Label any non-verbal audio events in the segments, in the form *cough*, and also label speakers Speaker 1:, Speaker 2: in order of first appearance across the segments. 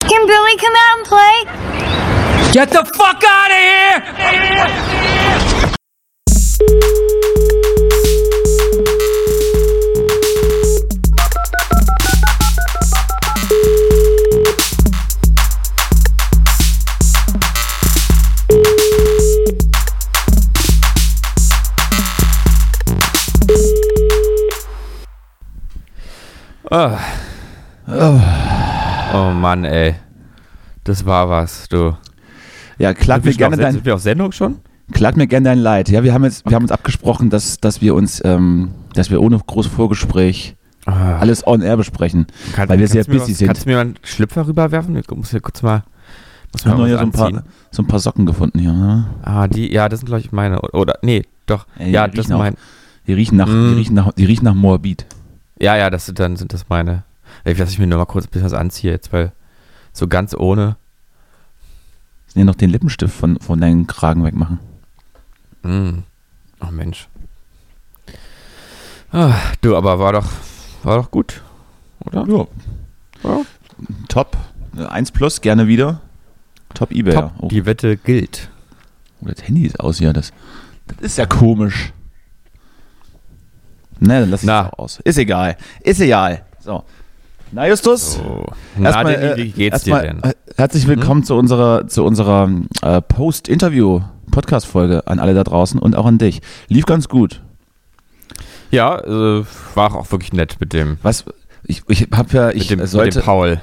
Speaker 1: Billy come out and play?
Speaker 2: Get the fuck out of here! Ah. Oh Mann, ey. Das war was, du.
Speaker 3: Ja, klag
Speaker 2: Sind wir,
Speaker 3: mir,
Speaker 2: schon auf,
Speaker 3: gerne
Speaker 2: Send-
Speaker 3: dein,
Speaker 2: sind wir auf Sendung schon?
Speaker 3: klag mir gerne dein Leid. Ja, wir haben, jetzt, wir haben uns abgesprochen, dass, dass wir uns, ähm, dass wir ohne großes Vorgespräch alles on air besprechen.
Speaker 2: Ah, Kann,
Speaker 3: weil wir sehr
Speaker 2: kannst du mir
Speaker 3: busy
Speaker 2: was,
Speaker 3: sind.
Speaker 2: Kannst du mir mal einen Schlüpfer rüberwerfen? Ich muss hier kurz mal. Muss
Speaker 3: Ich habe
Speaker 2: mal
Speaker 3: nur
Speaker 2: was
Speaker 3: hier so ein,
Speaker 2: anziehen.
Speaker 3: paar, so ein paar Socken gefunden hier. Ne?
Speaker 2: Ah, die, ja, das sind, glaube ich, meine. Oder, oder nee, doch.
Speaker 3: Ja, die
Speaker 2: ja,
Speaker 3: riechen
Speaker 2: das sind
Speaker 3: auch.
Speaker 2: meine.
Speaker 3: Die riechen nach,
Speaker 2: Mm.
Speaker 3: die riechen nach, die riechen nach Moabit.
Speaker 2: Ja, ja, das sind, dann sind das meine. Ey, lass ich mir nur mal kurz ein bisschen was anziehe jetzt, weil so ganz ohne.
Speaker 3: Nimm noch den Lippenstift von, von deinen Kragen wegmachen.
Speaker 2: Mm. Oh Mensch. Ah, du, aber war doch, war doch gut, oder?
Speaker 3: Ja.
Speaker 2: Ja.
Speaker 3: Top. Eins plus, gerne wieder. Top eBay.
Speaker 2: Top, E-
Speaker 3: Oh,
Speaker 2: die Wette gilt.
Speaker 3: oh, das Handy ist aus hier. Das, das ist ja komisch. Na, dann lass ich
Speaker 2: Na.
Speaker 3: das auch aus. Ist egal. Ist egal. So. Na, Justus.
Speaker 2: Oh. Na, Danny, wie
Speaker 3: äh,
Speaker 2: geht's dir
Speaker 3: erstmal,
Speaker 2: denn? Hm?
Speaker 3: äh, Herzlich willkommen zu unserer, zu unserer äh, Post-Interview-Podcast-Folge an alle da draußen und auch an dich. Lief ganz gut.
Speaker 2: Ja, äh, war auch wirklich nett mit dem,
Speaker 3: Was, ich, ich habe ja, ich
Speaker 2: mit dem, mit
Speaker 3: sollte,
Speaker 2: dem Paul.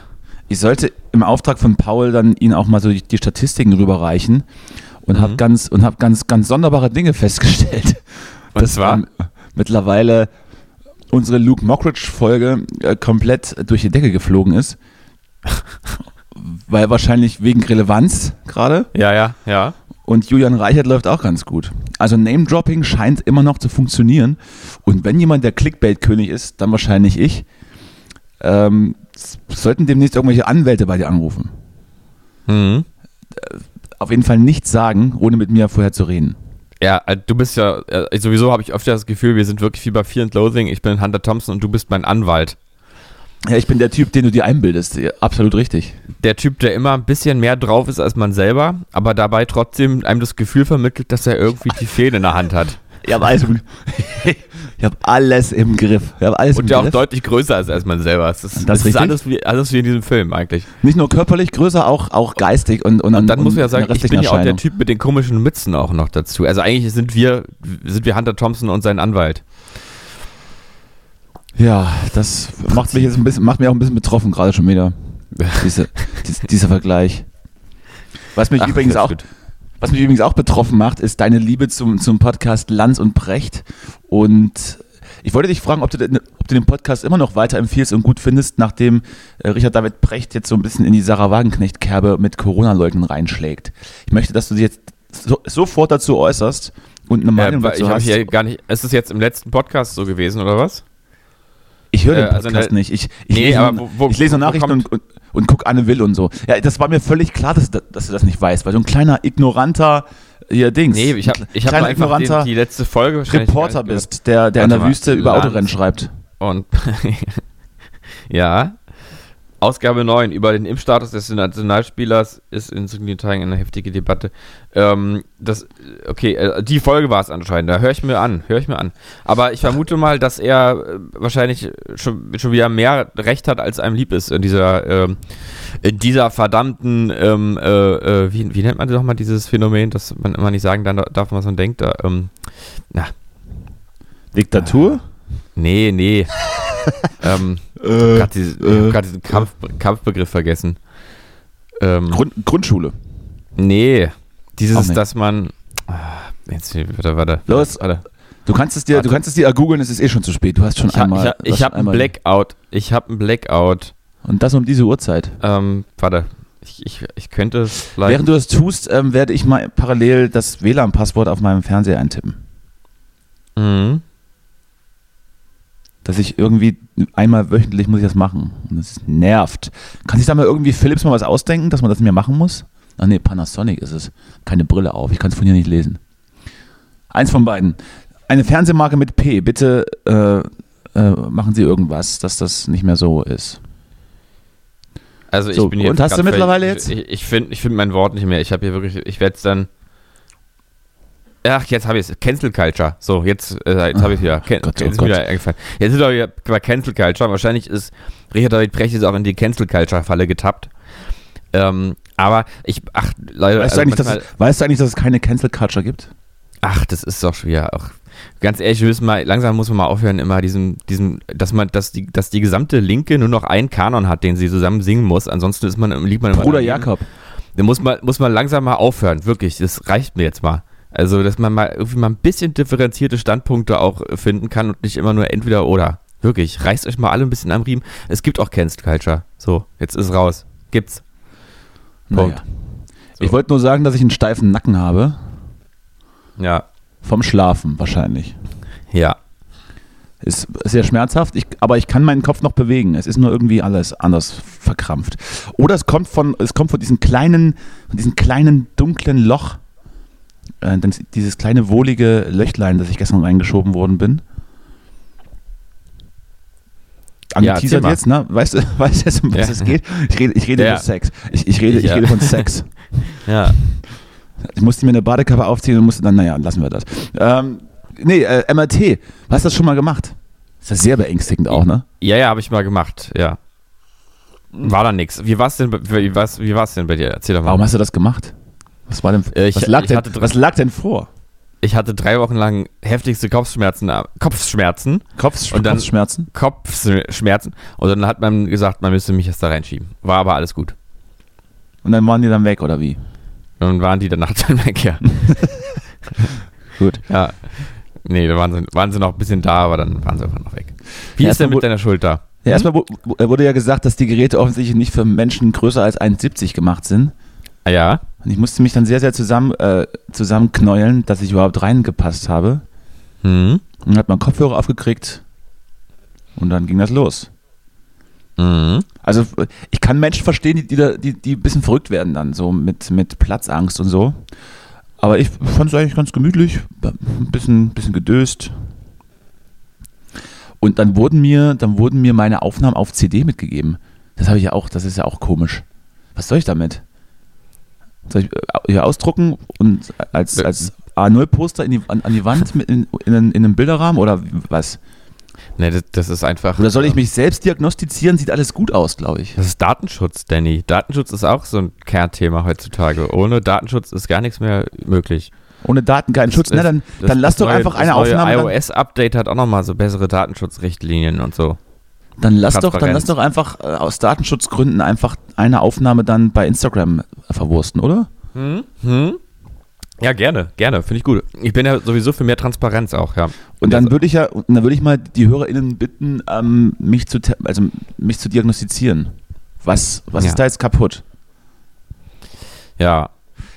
Speaker 3: ich sollte im Auftrag von Paul dann ihn auch mal so die, die Statistiken rüberreichen und
Speaker 2: Mhm.
Speaker 3: hab habe ganz, und hab ganz, ganz sonderbare Dinge *laughs* festgestellt.
Speaker 2: Und zwar?
Speaker 3: ähm, mittlerweile unsere Luke Mockridge-Folge äh, komplett durch die Decke geflogen
Speaker 2: *laughs*
Speaker 3: ist. Weil wahrscheinlich wegen Relevanz gerade.
Speaker 2: Ja, ja, ja.
Speaker 3: Und Julian Reichert läuft auch ganz gut. Also Name-Dropping scheint immer noch zu funktionieren. Und wenn jemand der Clickbait-König ist, dann wahrscheinlich ich. Ähm, s- sollten demnächst irgendwelche Anwälte bei dir anrufen.
Speaker 2: Mhm.
Speaker 3: Auf jeden Fall nichts sagen, ohne mit mir vorher zu reden.
Speaker 2: Ja, äh, du bist ja, äh, sowieso habe ich öfter das Gefühl, wir sind wirklich wie bei Fear and Loathing. Ich bin Hunter Thompson und du bist mein Anwalt.
Speaker 3: Ja, ich bin der Typ, den du dir einbildest. Ja, Absolut richtig.
Speaker 2: Der Typ, der immer ein bisschen mehr drauf ist als man selber, aber dabei trotzdem einem das Gefühl vermittelt, dass er irgendwie die Fähne in der Hand *laughs* hat.
Speaker 3: Ich habe alles, im- *laughs* ich hab alles im Griff. Ich hab alles
Speaker 2: Und
Speaker 3: im
Speaker 2: der auch
Speaker 3: Griff.
Speaker 2: deutlich größer ist als man selber. Es ist, es
Speaker 3: Das
Speaker 2: ist
Speaker 3: richtig?
Speaker 2: alles, wie, alles wie in diesem Film eigentlich.
Speaker 3: Nicht nur körperlich größer, auch, auch geistig und, und, um
Speaker 2: Und dann muss man ja
Speaker 3: in der
Speaker 2: sagen, ich
Speaker 3: restlichen
Speaker 2: bin ja auch der
Speaker 3: Erscheinung.
Speaker 2: Typ mit den komischen Mützen auch noch dazu. Also eigentlich sind wir, sind wir Hunter Thompson und sein Anwalt.
Speaker 3: Ja, das macht mich jetzt ein bisschen, macht mich auch ein bisschen betroffen gerade
Speaker 2: *laughs*
Speaker 3: schon wieder. Diese, dies, dieser Vergleich. Was mich,
Speaker 2: Ach,
Speaker 3: übrigens
Speaker 2: das
Speaker 3: auch,
Speaker 2: wird-
Speaker 3: was mich übrigens auch betroffen macht, ist deine Liebe zum, zum Podcast Lanz und Brecht. Und ich wollte dich fragen, ob du, den- ob du den Podcast immer noch weiterempfiehlst und gut findest, nachdem äh, Richard David Brecht jetzt so ein bisschen in die Sarah Wagenknecht-Kerbe mit Corona-Leugnen reinschlägt. Ich möchte, dass du dich jetzt so, sofort dazu äußerst und eine
Speaker 2: Ja,
Speaker 3: Meinung
Speaker 2: Ähm, weil
Speaker 3: dazu
Speaker 2: ich habe
Speaker 3: hast.
Speaker 2: hier gar nicht. Ist es jetzt im letzten Podcast so gewesen oder was?
Speaker 3: Ich höre den
Speaker 2: Äh, also
Speaker 3: Podcast
Speaker 2: ne-
Speaker 3: nicht. Ich, ich,
Speaker 2: Nee,
Speaker 3: lese,
Speaker 2: aber
Speaker 3: nur-
Speaker 2: wo- wo-
Speaker 3: ich lese nur
Speaker 2: wo
Speaker 3: Nachrichten
Speaker 2: kommt-
Speaker 3: und, und, und gucke Anne Will und so. Ja, das war mir völlig klar, dass, du- dass du das nicht weißt, weil du ein kleiner ignoranter hier Dings.
Speaker 2: Nee, ich habe ich hab
Speaker 3: kleiner
Speaker 2: einfach den,
Speaker 3: ignoranter
Speaker 2: die letzte Folge wahrscheinlich gar
Speaker 3: Reporter
Speaker 2: nicht gehört.
Speaker 3: bist, der, der in
Speaker 2: Warte
Speaker 3: der
Speaker 2: mal,
Speaker 3: Wüste über
Speaker 2: Lanz.
Speaker 3: Autorennen schreibt.
Speaker 2: Und *laughs* ja. Ausgabe 9 über den Impfstatus des Nationalspielers ist in solchen Tagen eine heftige Debatte. Ähm, das, okay, äh, die Folge war es anscheinend. Da höre ich mir an, höre ich mir an. Aber ich vermute mal, dass er äh, wahrscheinlich schon, schon wieder mehr Recht hat, als einem lieb ist in dieser, ähm, in dieser verdammten, ähm, äh, äh, wie, wie nennt man das nochmal dieses Phänomen, dass man immer nicht sagen dann darf, was man denkt. Da, ähm, na,
Speaker 3: Diktatur?
Speaker 2: nee, nee.
Speaker 3: *laughs*
Speaker 2: ähm,
Speaker 3: Äh,
Speaker 2: Grad diese- ich hab grad diesen Kampf, Kampfbegriff vergessen. Ähm,
Speaker 3: Grund, Grundschule.
Speaker 2: nee,
Speaker 3: Auch
Speaker 2: dieses,
Speaker 3: nicht.
Speaker 2: dass man. Ah, Jetzt, warte, warte.
Speaker 3: Los.
Speaker 2: warte.
Speaker 3: Du kannst es dir, du kannst es dir ergoogeln, es ist eh schon zu spät. Du hast schon
Speaker 2: Ich habe
Speaker 3: einmal.
Speaker 2: hab,
Speaker 3: du hast
Speaker 2: ich hab
Speaker 3: schon
Speaker 2: einen
Speaker 3: einmal-
Speaker 2: Blackout. Ich habe einen Blackout.
Speaker 3: Und das um diese Uhrzeit.
Speaker 2: Ähm, warte. Ich, ich, ich könnte es vielleicht.
Speaker 3: Während du das tust, ähm, werde ich mal parallel das WLAN-Passwort auf meinem Fernseher eintippen.
Speaker 2: Mhm.
Speaker 3: dass ich irgendwie einmal wöchentlich muss ich das machen. Und das nervt. Kann sich da mal irgendwie Philips mal was ausdenken, dass man das nicht mehr machen muss? Ach nee, Panasonic ist es. Keine Brille auf. Ich kann es von hier nicht lesen. Eins von beiden. Eine Fernsehmarke mit P. Bitte äh, äh, machen Sie irgendwas, dass das nicht mehr so ist.
Speaker 2: Also ich
Speaker 3: So,
Speaker 2: bin hier
Speaker 3: und hast
Speaker 2: grad
Speaker 3: du mittlerweile
Speaker 2: völlig- Ich, ich finde ich find mein Wort nicht mehr. Ich habe hier wirklich, ich werde es dann. Ach, jetzt habe ich es. Cancel Culture. So, jetzt, äh, jetzt habe ich wieder. Can,
Speaker 3: Gott, oh
Speaker 2: jetzt ist
Speaker 3: Gott.
Speaker 2: mir wieder eingefallen. Jetzt sind wir wieder bei Cancel Culture. Wahrscheinlich ist Richard David Precht jetzt auch in die Cancel Culture-Falle getappt. Ähm, aber ich, ach, leider.
Speaker 3: Weißt,
Speaker 2: also
Speaker 3: du eigentlich, dass
Speaker 2: manchmal-
Speaker 3: es, weißt du eigentlich, dass es keine Cancel Culture gibt?
Speaker 2: Ach, das ist doch schwer. Ach, ganz ehrlich, wir müssen mal, langsam muss man mal aufhören, immer diesen, diesen, dass man, dass die, dass die gesamte Linke nur noch einen Kanon hat, den sie zusammen singen muss. Ansonsten ist man, liegt man immer
Speaker 3: Bruder
Speaker 2: daneben.
Speaker 3: Jakob.
Speaker 2: Da muss man, muss man langsam mal aufhören, wirklich. Das reicht mir jetzt mal. Also, dass man mal irgendwie mal ein bisschen differenzierte Standpunkte auch äh, finden kann und nicht immer nur entweder oder. Wirklich, reißt euch mal alle ein bisschen am Riemen. Es gibt auch Cancel Culture. So, jetzt ist raus. Gibt's. Punkt.
Speaker 3: Naja. Ich
Speaker 2: So.
Speaker 3: wollte nur sagen, dass ich einen steifen Nacken habe.
Speaker 2: Ja,
Speaker 3: Vom Schlafen wahrscheinlich.
Speaker 2: ja.
Speaker 3: Ist sehr schmerzhaft, ich, aber ich kann meinen Kopf noch bewegen. Es ist nur irgendwie alles anders verkrampft. Oder es kommt von, es kommt von diesem kleinen, von diesem kleinen dunklen Loch, äh, das- dieses kleine wohlige Löchlein, das ich gestern reingeschoben worden bin.
Speaker 2: erzähl
Speaker 3: Angeteasert
Speaker 2: mal.
Speaker 3: jetzt, ne? Weißt du, *laughs* weißt du, um was
Speaker 2: Ja.
Speaker 3: es geht? Ich rede, ich rede
Speaker 2: Ja.
Speaker 3: über Sex. Ich, ich rede, ich
Speaker 2: Ja.
Speaker 3: rede von Sex.
Speaker 2: Ja.
Speaker 3: Ich musste mir eine Badekappe aufziehen und musste dann, naja, lassen wir das. Ähm, nee, äh, MRT, hast du das schon mal gemacht? Ist das sehr beängstigend auch, ne?
Speaker 2: Ja, ja, habe ich mal gemacht, ja. War da nix. Wie war's denn, bei- wie war's, wie war's denn bei dir? Erzähl doch mal.
Speaker 3: Warum hast du das gemacht? Was war denn,
Speaker 2: Äh, ich-
Speaker 3: was, lag
Speaker 2: ich
Speaker 3: denn
Speaker 2: hatte dr-
Speaker 3: was lag denn vor?
Speaker 2: Ich hatte drei Wochen lang heftigste Kopfschmerzen, am- Kopfschmerzen,
Speaker 3: Kopfsch
Speaker 2: Und dann-
Speaker 3: Kopfschmerzen?
Speaker 2: Kopfschmerzen. Und dann hat man gesagt, man müsste mich jetzt da reinschieben. War aber alles gut.
Speaker 3: Und dann waren die dann weg, oder wie?
Speaker 2: Und dann waren die danach *laughs* dann weg, ja.
Speaker 3: Gut.
Speaker 2: Ja. Nee, da waren sie, waren sie noch ein bisschen da, aber dann waren sie einfach noch weg. Wie
Speaker 3: Ja,
Speaker 2: ist denn
Speaker 3: erstmal
Speaker 2: mit deiner Schulter?
Speaker 3: Ja, erstmal wu- wu- wurde ja gesagt, dass die Geräte offensichtlich nicht für Menschen größer als 1,70 gemacht sind.
Speaker 2: Ah, ja.
Speaker 3: Und ich musste mich dann sehr, sehr zusammen, äh, zusammenknäueln, dass ich überhaupt reingepasst habe.
Speaker 2: Hm.
Speaker 3: Und dann hat man Kopfhörer aufgekriegt und dann ging das los.
Speaker 2: Mhm.
Speaker 3: Also ich kann Menschen verstehen, die, die, da- die, die ein bisschen verrückt werden dann, so mit, mit Platzangst und so. Aber ich fand es eigentlich ganz gemütlich, ein bisschen, bisschen gedöst. Und dann wurden, mir, dann wurden mir meine Aufnahmen auf CD mitgegeben. Das habe ich ja auch, das ist ja auch komisch. Was soll ich damit? Soll ich äh, hier ausdrucken und als, als A0-Poster in die, an, an die Wand mit in, in, einen- in einem Bilderrahmen oder was?
Speaker 2: Nee, das, das ist einfach.
Speaker 3: Oder soll ich mich selbst diagnostizieren? Sieht alles gut aus, glaube ich.
Speaker 2: Das ist Datenschutz, Danny. Datenschutz ist auch so ein Kernthema heutzutage. Ohne Datenschutz ist gar nichts mehr möglich.
Speaker 3: Ohne Daten keinen
Speaker 2: Das-
Speaker 3: Schutz. Na,
Speaker 2: das-
Speaker 3: dann,
Speaker 2: Das-
Speaker 3: dann lass
Speaker 2: das
Speaker 3: doch einfach
Speaker 2: das
Speaker 3: eine
Speaker 2: neue
Speaker 3: Aufnahme. Dann,
Speaker 2: iOS-Update hat auch nochmal so bessere Datenschutzrichtlinien und so.
Speaker 3: dann, lass doch, dann
Speaker 2: Transparenz.
Speaker 3: lass doch einfach äh, aus Datenschutzgründen einfach eine Aufnahme dann bei Instagram äh, verwursten, oder?
Speaker 2: Hm? Hm? Ja, gerne, gerne. Finde ich gut. Ich bin ja sowieso für mehr Transparenz auch, ja. Also,
Speaker 3: Und dann würde ich ja, und dann würde ich mal die HörerInnen bitten, ähm, mich zu te- also mich zu diagnostizieren. Was, was
Speaker 2: Ja.
Speaker 3: ist da jetzt kaputt?
Speaker 2: Ja.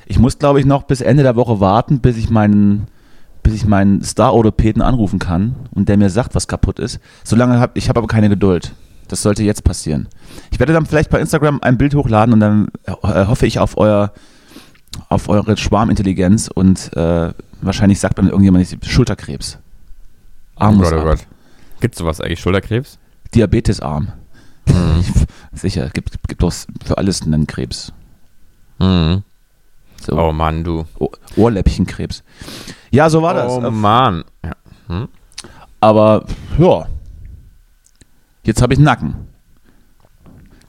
Speaker 3: Ich muss, glaube ich, noch bis Ende der Woche warten, bis ich meinen, bis ich meinen Star-Orthopäden anrufen kann und der mir sagt, was kaputt ist. Solange habe ich habe aber keine Geduld. Das sollte jetzt passieren. Ich werde dann vielleicht bei Instagram ein Bild hochladen und dann äh, hoffe ich auf euer, auf eure Schwarmintelligenz und äh, wahrscheinlich sagt dann irgendjemand nicht Schulterkrebs.
Speaker 2: Oh
Speaker 3: Arm muss ab.
Speaker 2: Gibt's sowas eigentlich?
Speaker 3: *laughs*
Speaker 2: Schulterkrebs? Hm.
Speaker 3: Diabetesarm. *laughs* Sicher, gibt, gibt doch für alles einen Krebs.
Speaker 2: Mhm.
Speaker 3: So.
Speaker 2: Oh Mann, du.
Speaker 3: Oh- Ohrläppchenkrebs. Ja, so war das.
Speaker 2: oh
Speaker 3: Äh,
Speaker 2: Mann. Ja.
Speaker 3: Aber ja, jetzt habe ich einen Nacken.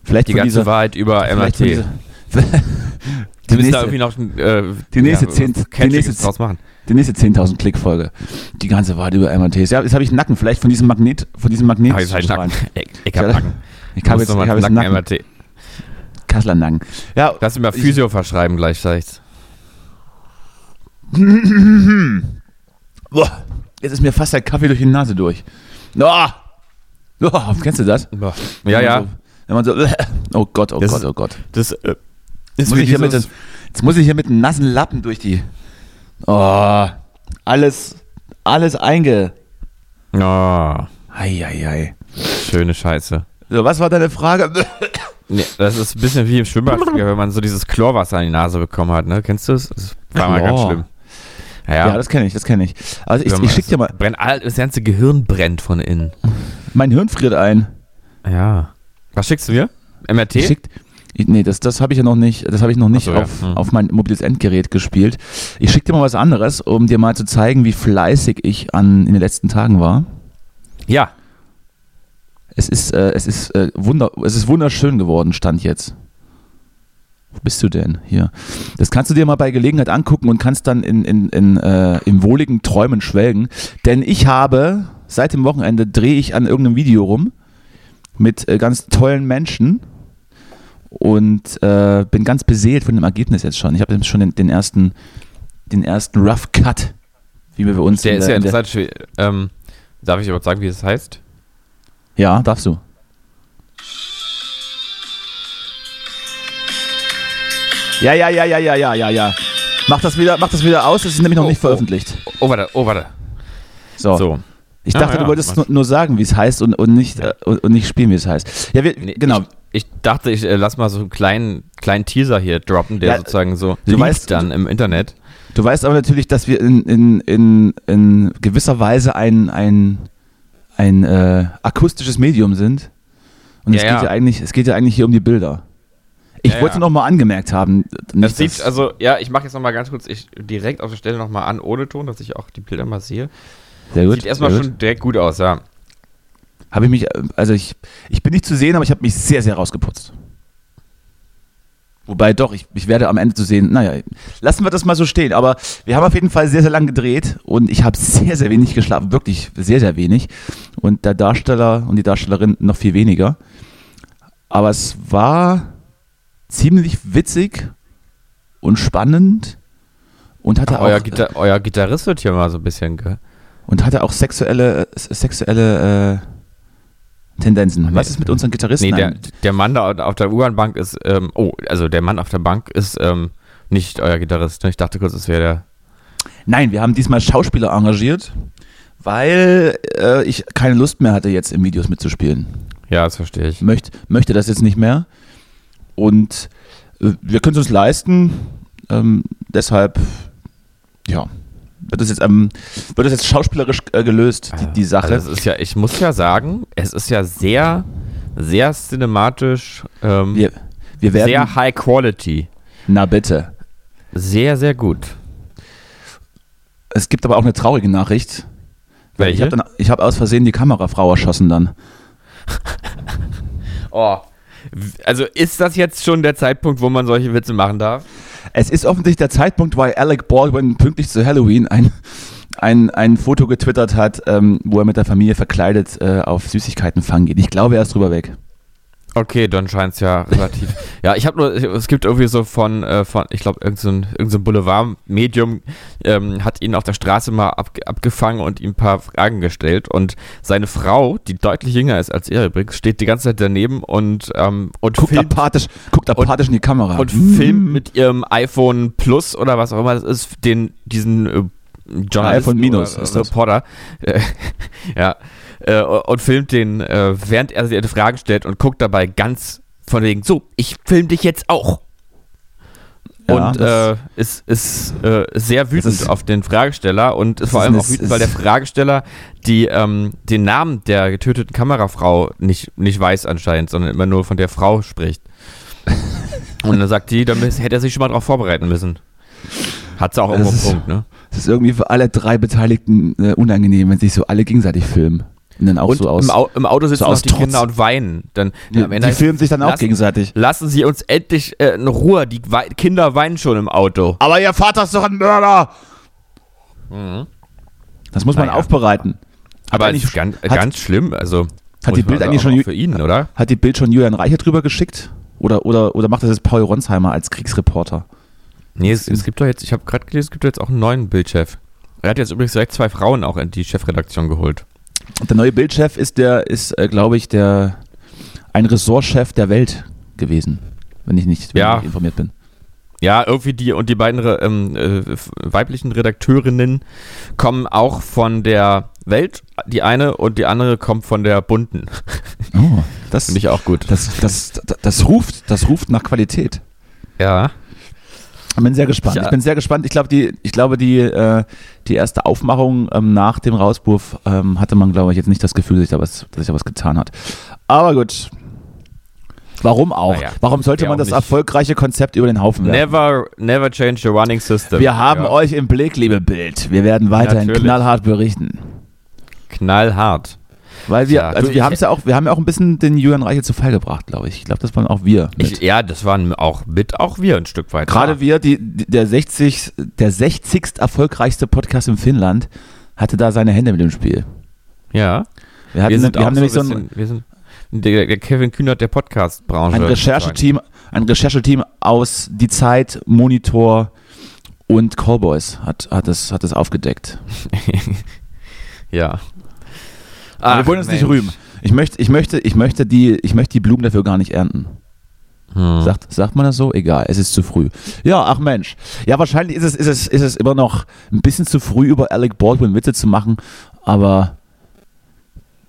Speaker 3: Vielleicht
Speaker 2: Die
Speaker 3: von
Speaker 2: ganze
Speaker 3: dieser,
Speaker 2: Wahrheit über MRT.
Speaker 3: vielleicht von dieser, *laughs* die,
Speaker 2: Du müsst da irgendwie
Speaker 3: nächste,
Speaker 2: noch ein, äh,
Speaker 3: Die nächste
Speaker 2: was
Speaker 3: zehn- die
Speaker 2: Catchiges
Speaker 3: nächste
Speaker 2: draus machen.
Speaker 3: die nächste 10.000 Klick Folge. Die ganze Wahrheit über MRTs. Ja, jetzt habe ich einen Nacken. Vielleicht von diesem Magnet, von diesem Magnet.
Speaker 2: Ah, jetzt hab ich Nacken. Ich, ich hab
Speaker 3: Ja,
Speaker 2: Nacken.
Speaker 3: Ich habe jetzt, ich hab jetzt einen Nacken.
Speaker 2: MRT.
Speaker 3: Kasseler Nacken. Ja,
Speaker 2: Lass mir mal
Speaker 3: Ich-
Speaker 2: Physio verschreiben gleich, sag ich's.
Speaker 3: boah, jetzt ist mir fast der Kaffee durch die Nase durch. Oh, oh, kennst du das?
Speaker 2: Ja,
Speaker 3: Wenn man
Speaker 2: ja.
Speaker 3: So, wenn man so, *laughs* oh Gott, oh
Speaker 2: Das
Speaker 3: Gott,
Speaker 2: ist-
Speaker 3: oh Gott.
Speaker 2: Das äh, ist
Speaker 3: Muss
Speaker 2: wie
Speaker 3: ich hier mit,
Speaker 2: dieses-
Speaker 3: den- jetzt muss ich hier mit einem nassen Lappen durch die. Oh, alles, alles einge.
Speaker 2: Oh,
Speaker 3: Eieiei.
Speaker 2: schöne Scheiße.
Speaker 3: So, was war deine Frage?
Speaker 2: Nee, das ist ein bisschen wie im Schwimmbad,
Speaker 3: *laughs*
Speaker 2: früher, wenn man so dieses Chlorwasser an die Nase bekommen hat, ne? Kennst du das? Das war mal ganz
Speaker 3: Chlor.
Speaker 2: schlimm.
Speaker 3: *laughs* Oh. Ja,
Speaker 2: Naja,
Speaker 3: das kenne ich, das kenne ich. Also ich,
Speaker 2: wenn man-
Speaker 3: ich schicke dir mal,
Speaker 2: Brennt, all- das ganze Gehirn brennt von innen.
Speaker 3: mein Hirn friert ein.
Speaker 2: Ja. Was schickst du mir? MRT?
Speaker 3: Ich schick, Ich, nee, das, das habe ich ja noch nicht, das habe ich noch nicht
Speaker 2: Ach so, ja.
Speaker 3: auf,
Speaker 2: Hm.
Speaker 3: auf mein mobiles Endgerät gespielt. Ich schicke dir mal was anderes, um dir mal zu zeigen, wie fleißig ich an, in den letzten Tagen war.
Speaker 2: Ja.
Speaker 3: Es ist, äh, es ist, äh, wunder, es ist wunderschön geworden, stand jetzt. Wo bist du denn hier? Das kannst du dir mal bei Gelegenheit angucken und kannst dann in, in, in, äh, im wohligen Träumen schwelgen. Denn ich habe, seit dem Wochenende drehe ich an irgendeinem Video rum mit äh, ganz tollen Menschen und äh, bin ganz beseelt von dem Ergebnis jetzt schon. Ich habe jetzt schon den, den ersten, den ersten Rough Cut, wie wir bei uns
Speaker 2: Der
Speaker 3: in
Speaker 2: ist ja
Speaker 3: in
Speaker 2: interessant. schw- Ähm, darf ich überhaupt sagen, wie das heißt?
Speaker 3: Ja, darfst du. Ja, ja, ja, ja, ja, ja, ja, ja. Mach das wieder, mach das wieder aus, es ist nämlich noch
Speaker 2: Oh,
Speaker 3: nicht
Speaker 2: oh.
Speaker 3: veröffentlicht.
Speaker 2: Oh, warte, oh, warte.
Speaker 3: So.
Speaker 2: So.
Speaker 3: Ich
Speaker 2: Ja,
Speaker 3: dachte,
Speaker 2: ja,
Speaker 3: du wolltest
Speaker 2: mach.
Speaker 3: nur, nur sagen, wie es heißt und, und, nicht, äh, und, und nicht spielen, wie es heißt. Ja, wir,
Speaker 2: Nee,
Speaker 3: genau.
Speaker 2: Ich, ich dachte, ich äh, lass mal so einen kleinen, kleinen Teaser hier droppen, der
Speaker 3: Ja,
Speaker 2: sozusagen so
Speaker 3: du
Speaker 2: liegt
Speaker 3: weißt-
Speaker 2: dann im Internet.
Speaker 3: Du weißt aber natürlich, dass wir in, in, in, in gewisser Weise ein, ein, ein äh, akustisches Medium sind. Und es,
Speaker 2: Ja,
Speaker 3: geht ja.
Speaker 2: ja.
Speaker 3: eigentlich, es geht ja eigentlich hier um die Bilder. Ich
Speaker 2: Ja,
Speaker 3: wollte
Speaker 2: ja.
Speaker 3: noch mal angemerkt haben.
Speaker 2: Das
Speaker 3: nicht,
Speaker 2: sieht,
Speaker 3: dass-
Speaker 2: also, ja, ich mache jetzt nochmal ganz kurz ich, direkt auf der Stelle nochmal an, ohne Ton, dass ich auch die Bilder mal sehe.
Speaker 3: sehr gut,
Speaker 2: sieht erstmal
Speaker 3: sehr gut.
Speaker 2: schon direkt gut aus, ja.
Speaker 3: Habe ich mich, also ich, ich bin nicht zu sehen, aber ich habe mich sehr, sehr rausgeputzt. Wobei doch, ich, ich werde am Ende zu sehen, naja, lassen wir das mal so stehen. Aber wir haben auf jeden Fall sehr, sehr lang gedreht und ich habe sehr, sehr wenig geschlafen, wirklich sehr, sehr wenig. Und der Darsteller und die Darstellerin noch viel weniger. Aber es war ziemlich witzig und spannend und hatte auch äh,
Speaker 2: Euer, Gita euer Gitarrist wird hier mal so ein bisschen. Ge
Speaker 3: und hatte auch sexuelle, äh, sexuelle äh, Tendenzen. Was ist mit unseren Gitarristen?
Speaker 2: nee, der,
Speaker 3: ein-
Speaker 2: der Mann da auf der U-Bahn-Bank ist, ähm, oh, also der Mann auf der Bank ist ähm, nicht euer Gitarrist. ne? Ich dachte kurz, es wäre der.
Speaker 3: Nein, wir haben diesmal Schauspieler engagiert, weil äh, ich keine Lust mehr hatte, jetzt in Videos mitzuspielen.
Speaker 2: Ja, das verstehe ich.
Speaker 3: Möcht, möchte das jetzt nicht mehr. Und äh, wir können es uns leisten. Ähm, deshalb, ja, wird das jetzt, ähm, wird das jetzt schauspielerisch äh, gelöst, die, die Sache.
Speaker 2: Also es ist ja, ich muss ja sagen, es ist ja sehr, sehr cinematisch, ähm,
Speaker 3: wir, wir werden.
Speaker 2: sehr high quality.
Speaker 3: na bitte.
Speaker 2: Sehr, sehr gut.
Speaker 3: Es gibt aber auch eine traurige Nachricht.
Speaker 2: Welche?
Speaker 3: Ich habe hab aus Versehen die Kamerafrau erschossen dann.
Speaker 2: Oh. W- Also ist das jetzt schon der Zeitpunkt, wo man solche Witze machen darf?
Speaker 3: Es ist offensichtlich der Zeitpunkt, weil Alec Baldwin pünktlich zu Halloween ein, ein, ein Foto getwittert hat, ähm, wo er mit der Familie verkleidet äh, auf Süßigkeiten fangen geht. Ich glaube, er ist drüber weg.
Speaker 2: Okay, dann scheint es ja relativ. ja, ich habe nur, es gibt irgendwie so von, äh, von ich glaube, irgendein so ein- irgend so ein Boulevard-Medium ähm, hat ihn auf der Straße mal ab, abgefangen und ihm ein paar Fragen gestellt. Und seine Frau, die deutlich jünger ist als er übrigens, steht die ganze Zeit daneben und, ähm, und
Speaker 3: Guckt
Speaker 2: filmt
Speaker 3: apathisch, guckt apathisch in die Kamera.
Speaker 2: und
Speaker 3: Mm.
Speaker 2: filmt mit ihrem iPhone Plus oder was auch immer das ist, den, diesen äh, Journalisten
Speaker 3: iPhone Minus
Speaker 2: oder,
Speaker 3: ist
Speaker 2: äh,
Speaker 3: das.
Speaker 2: Reporter, äh, *laughs* ja, äh, und filmt den, äh, während er die Fragen stellt und guckt dabei ganz von wegen, so, ich film dich jetzt auch.
Speaker 3: Ja,
Speaker 2: und
Speaker 3: das-
Speaker 2: äh, ist, ist äh, sehr wütend
Speaker 3: ist-
Speaker 2: auf den Fragesteller und ist
Speaker 3: Das
Speaker 2: vor
Speaker 3: ist
Speaker 2: allem
Speaker 3: eine-
Speaker 2: auch wütend,
Speaker 3: ist-
Speaker 2: weil der Fragesteller die, ähm, den Namen der getöteten Kamerafrau nicht, nicht weiß anscheinend, sondern immer nur von der Frau spricht. Und dann sagt die, dann müß- hätte er sich schon mal darauf vorbereiten müssen. Hat sie auch
Speaker 3: Das
Speaker 2: irgendwo einen
Speaker 3: ist-
Speaker 2: Punkt, ne?
Speaker 3: Das ist irgendwie für alle drei Beteiligten äh, unangenehm, wenn sich so alle gegenseitig filmen. Und dann auch
Speaker 2: und
Speaker 3: so aus.
Speaker 2: im, Au im Auto sitzen
Speaker 3: so
Speaker 2: noch
Speaker 3: aus
Speaker 2: die
Speaker 3: Trotz.
Speaker 2: Kinder und weinen. Dann,
Speaker 3: die,
Speaker 2: am Ende
Speaker 3: die
Speaker 2: heißt-
Speaker 3: filmen sich dann auch
Speaker 2: lassen-
Speaker 3: gegenseitig.
Speaker 2: Lassen Sie uns endlich äh, in Ruhe, die wei Kinder weinen schon im Auto.
Speaker 3: Aber ihr Vater ist doch ein Mörder! Das muss man
Speaker 2: Mhm. Naja.
Speaker 3: aufbereiten.
Speaker 2: Aber
Speaker 3: eigentlich-
Speaker 2: es ist ganz,
Speaker 3: hat-
Speaker 2: ganz schlimm, also
Speaker 3: Hat die
Speaker 2: muss man
Speaker 3: Bild
Speaker 2: sagen,
Speaker 3: eigentlich schon
Speaker 2: auch
Speaker 3: ju-
Speaker 2: für ihn, oder?
Speaker 3: Hat die Bild schon Julian Reichert drüber geschickt? Oder, oder, oder macht das jetzt Paul Ronsheimer als Kriegsreporter?
Speaker 2: Nee, es, es gibt doch jetzt, ich habe gerade gelesen, es gibt doch jetzt auch einen neuen Bildchef. Er hat jetzt übrigens direkt zwei Frauen auch in die Chefredaktion geholt.
Speaker 3: Der neue Bildchef ist der, ist, äh, glaube ich, der ein Ressortchef der Welt gewesen, wenn ich nicht, wenn
Speaker 2: Ja.
Speaker 3: ich nicht informiert bin.
Speaker 2: Ja, irgendwie die und die beiden Re- ähm, äh, f- weiblichen Redakteurinnen kommen auch von der Welt, die eine und die andere kommt von der bunten. *laughs*
Speaker 3: Oh, das,
Speaker 2: Finde ich auch gut.
Speaker 3: das, das, das, das ruft, das ruft nach Qualität.
Speaker 2: Ja.
Speaker 3: Ich bin sehr gespannt.
Speaker 2: Ja.
Speaker 3: Ich bin sehr gespannt. Ich glaube, die, ich glaube, die, äh, die erste Aufmachung ähm, nach dem Rauswurf ähm, hatte man, glaube ich, jetzt nicht das Gefühl, dass sich da was, dass sich da was getan hat. Aber gut. Warum auch?
Speaker 2: Naja,
Speaker 3: Warum sollte
Speaker 2: wir
Speaker 3: man
Speaker 2: auch
Speaker 3: das
Speaker 2: nicht.
Speaker 3: erfolgreiche Konzept über den Haufen werfen?
Speaker 2: Never, never change the running system.
Speaker 3: Wir haben
Speaker 2: Ja.
Speaker 3: euch im Blick, liebe Bild. Wir werden weiterhin
Speaker 2: Natürlich.
Speaker 3: knallhart berichten.
Speaker 2: Knallhart.
Speaker 3: Weil wir,
Speaker 2: Ja,
Speaker 3: also
Speaker 2: du,
Speaker 3: wir
Speaker 2: ich-
Speaker 3: haben es ja auch, wir haben ja auch ein bisschen den Julian Reichel zu Fall gebracht, glaube ich. Ich glaube, das waren auch wir. mit.
Speaker 2: Ich, ja, das waren auch mit, auch wir ein Stück weit.
Speaker 3: Gerade
Speaker 2: Ja.
Speaker 3: wir, die, die- der 60. der 60. erfolgreichste Podcast in Finnland, hatte da seine Hände mit dem Spiel.
Speaker 2: Ja,
Speaker 3: Wir, hatten,
Speaker 2: wir sind
Speaker 3: wir
Speaker 2: auch
Speaker 3: haben
Speaker 2: so ein
Speaker 3: nämlich so
Speaker 2: bisschen,
Speaker 3: ein,
Speaker 2: wir sind der, der Kevin Kühnert der Podcast-Branche.
Speaker 3: ein Rechercheteam, ein Rechercheteam aus Die Zeit, Monitor und Callboys hat, hat, es, hat es aufgedeckt.
Speaker 2: *laughs* ja.
Speaker 3: Aber wir wollen uns nicht
Speaker 2: Mensch.
Speaker 3: rühmen. Ich möchte, ich, möchte, ich, möchte die, ich möchte die Blumen dafür gar nicht ernten.
Speaker 2: Hm.
Speaker 3: Sagt, sagt man das so? Egal, es ist zu früh. Ja, ach Mensch. Ja, wahrscheinlich ist es, ist es, ist es immer noch ein bisschen zu früh, über Alec Baldwin Witze zu machen, aber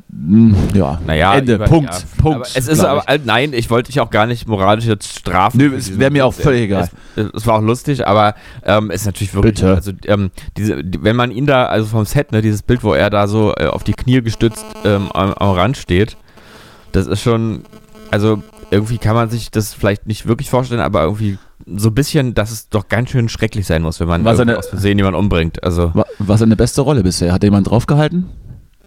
Speaker 3: mh, ja,
Speaker 2: Naja,
Speaker 3: Ende,
Speaker 2: über-
Speaker 3: Punkt,
Speaker 2: ja.
Speaker 3: Punkt.
Speaker 2: Aber es ist
Speaker 3: glaub
Speaker 2: aber, nein, ich wollte dich auch gar nicht moralisch jetzt strafen.
Speaker 3: Nö,
Speaker 2: für
Speaker 3: es
Speaker 2: diesen-
Speaker 3: wär mir auch völlig egal.
Speaker 2: Es, es war auch lustig, aber ähm, es ist natürlich wirklich,
Speaker 3: Bitte.
Speaker 2: also ähm, diese, die, wenn man ihn da, also vom Set, ne, dieses Bild, wo er da so äh, auf die Knie gestützt ähm, am, am Rand steht, das ist schon, also irgendwie kann man sich das vielleicht nicht wirklich vorstellen, aber irgendwie so ein bisschen, dass es doch ganz schön schrecklich sein muss, wenn man
Speaker 3: War
Speaker 2: irgendwie
Speaker 3: seine-
Speaker 2: aus Versehen jemanden umbringt. Also,
Speaker 3: Wa- war seine beste Rolle bisher? Hat da jemand draufgehalten?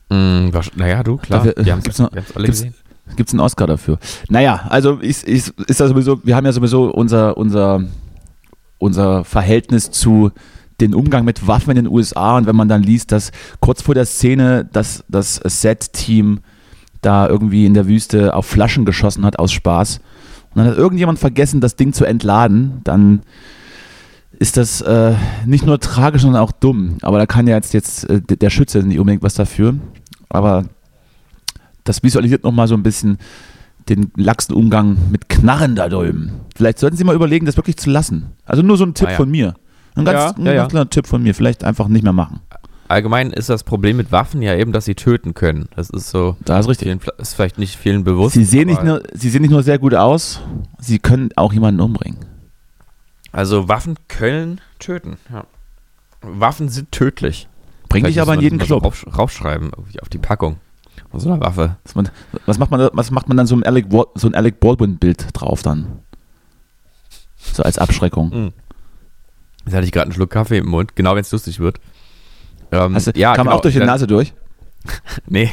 Speaker 2: mh, wahrsch- mm, naja, du, klar,
Speaker 3: Dafür, äh,
Speaker 2: wir haben es
Speaker 3: gibt's noch-
Speaker 2: alle
Speaker 3: gibt's-
Speaker 2: gesehen.
Speaker 3: Gibt es einen Oscar dafür? Naja, also ist, ist, ist das sowieso, wir haben ja sowieso unser, unser, unser Verhältnis zu den Umgang mit Waffen in den USA und wenn man dann liest, dass kurz vor der Szene das, das Set-Team da irgendwie in der Wüste auf Flaschen geschossen hat aus Spaß und dann hat irgendjemand vergessen, das Ding zu entladen, dann ist das äh, nicht nur tragisch, sondern auch dumm. Aber da kann ja jetzt, jetzt äh, der Schütze nicht unbedingt was dafür. Aber das visualisiert nochmal so ein bisschen den laxen Umgang mit Knarren da drüben. Vielleicht sollten Sie mal überlegen, das wirklich zu lassen. Also nur so ein Tipp
Speaker 2: Ah ja.
Speaker 3: von mir. Ein ganz,
Speaker 2: Ja,
Speaker 3: ein
Speaker 2: ja,
Speaker 3: ganz
Speaker 2: ja.
Speaker 3: kleiner Tipp von mir. Vielleicht einfach nicht mehr machen.
Speaker 2: Allgemein ist das Problem mit Waffen ja eben, dass sie töten können. Das ist so,
Speaker 3: Da ist richtig.
Speaker 2: vielen, ist vielleicht nicht vielen bewusst.
Speaker 3: Sie sehen, nicht
Speaker 2: aber-
Speaker 3: nur, sie sehen nicht nur sehr gut aus, sie können auch jemanden umbringen.
Speaker 2: Also Waffen können töten. Ja. Waffen sind tödlich.
Speaker 3: Bring
Speaker 2: Vielleicht
Speaker 3: dich aber in
Speaker 2: muss
Speaker 3: jeden
Speaker 2: man das mal
Speaker 3: Club.
Speaker 2: so Rauf, raufschreiben irgendwie auf die Packung von so einer Waffe.
Speaker 3: Was, man, was, macht man, da- was macht man dann so ein Alec, Wa- so ein Alec Baldwin-Bild drauf dann? So als Abschreckung.
Speaker 2: Jetzt hatte ich gerade einen Schluck Kaffee im Mund, genau wenn es lustig wird. Ähm,
Speaker 3: Hast du, kam
Speaker 2: genau,
Speaker 3: auch durch die
Speaker 2: dann-
Speaker 3: Nase durch?
Speaker 2: *laughs* Nee.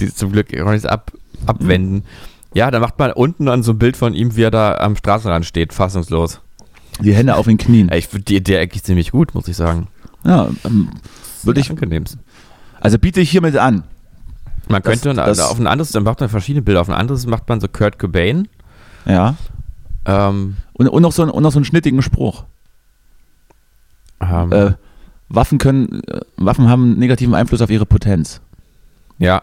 Speaker 2: Die zum Glück kann ich es ab, abwenden. Ja, da macht man unten dann so ein Bild von ihm, wie er da am Straßenrand steht, fassungslos.
Speaker 3: Die Hände auf den Knien.
Speaker 2: Ey, Ich finde die Idee eigentlich ziemlich gut, muss ich sagen.
Speaker 3: Ja, ähm, würde ich,
Speaker 2: angenehm.
Speaker 3: also biete ich hiermit an.
Speaker 2: Man
Speaker 3: Das-
Speaker 2: könnte
Speaker 3: das-
Speaker 2: auf ein anderes, dann macht man verschiedene Bilder. Auf ein anderes macht man so Kurt Cobain.
Speaker 3: Ja.
Speaker 2: Ähm,
Speaker 3: Und, und, noch so, einen- und noch so einen schnittigen Spruch.
Speaker 2: ähm,
Speaker 3: Äh, Waffen können, äh, Waffen haben einen negativen Einfluss auf ihre Potenz.
Speaker 2: ja,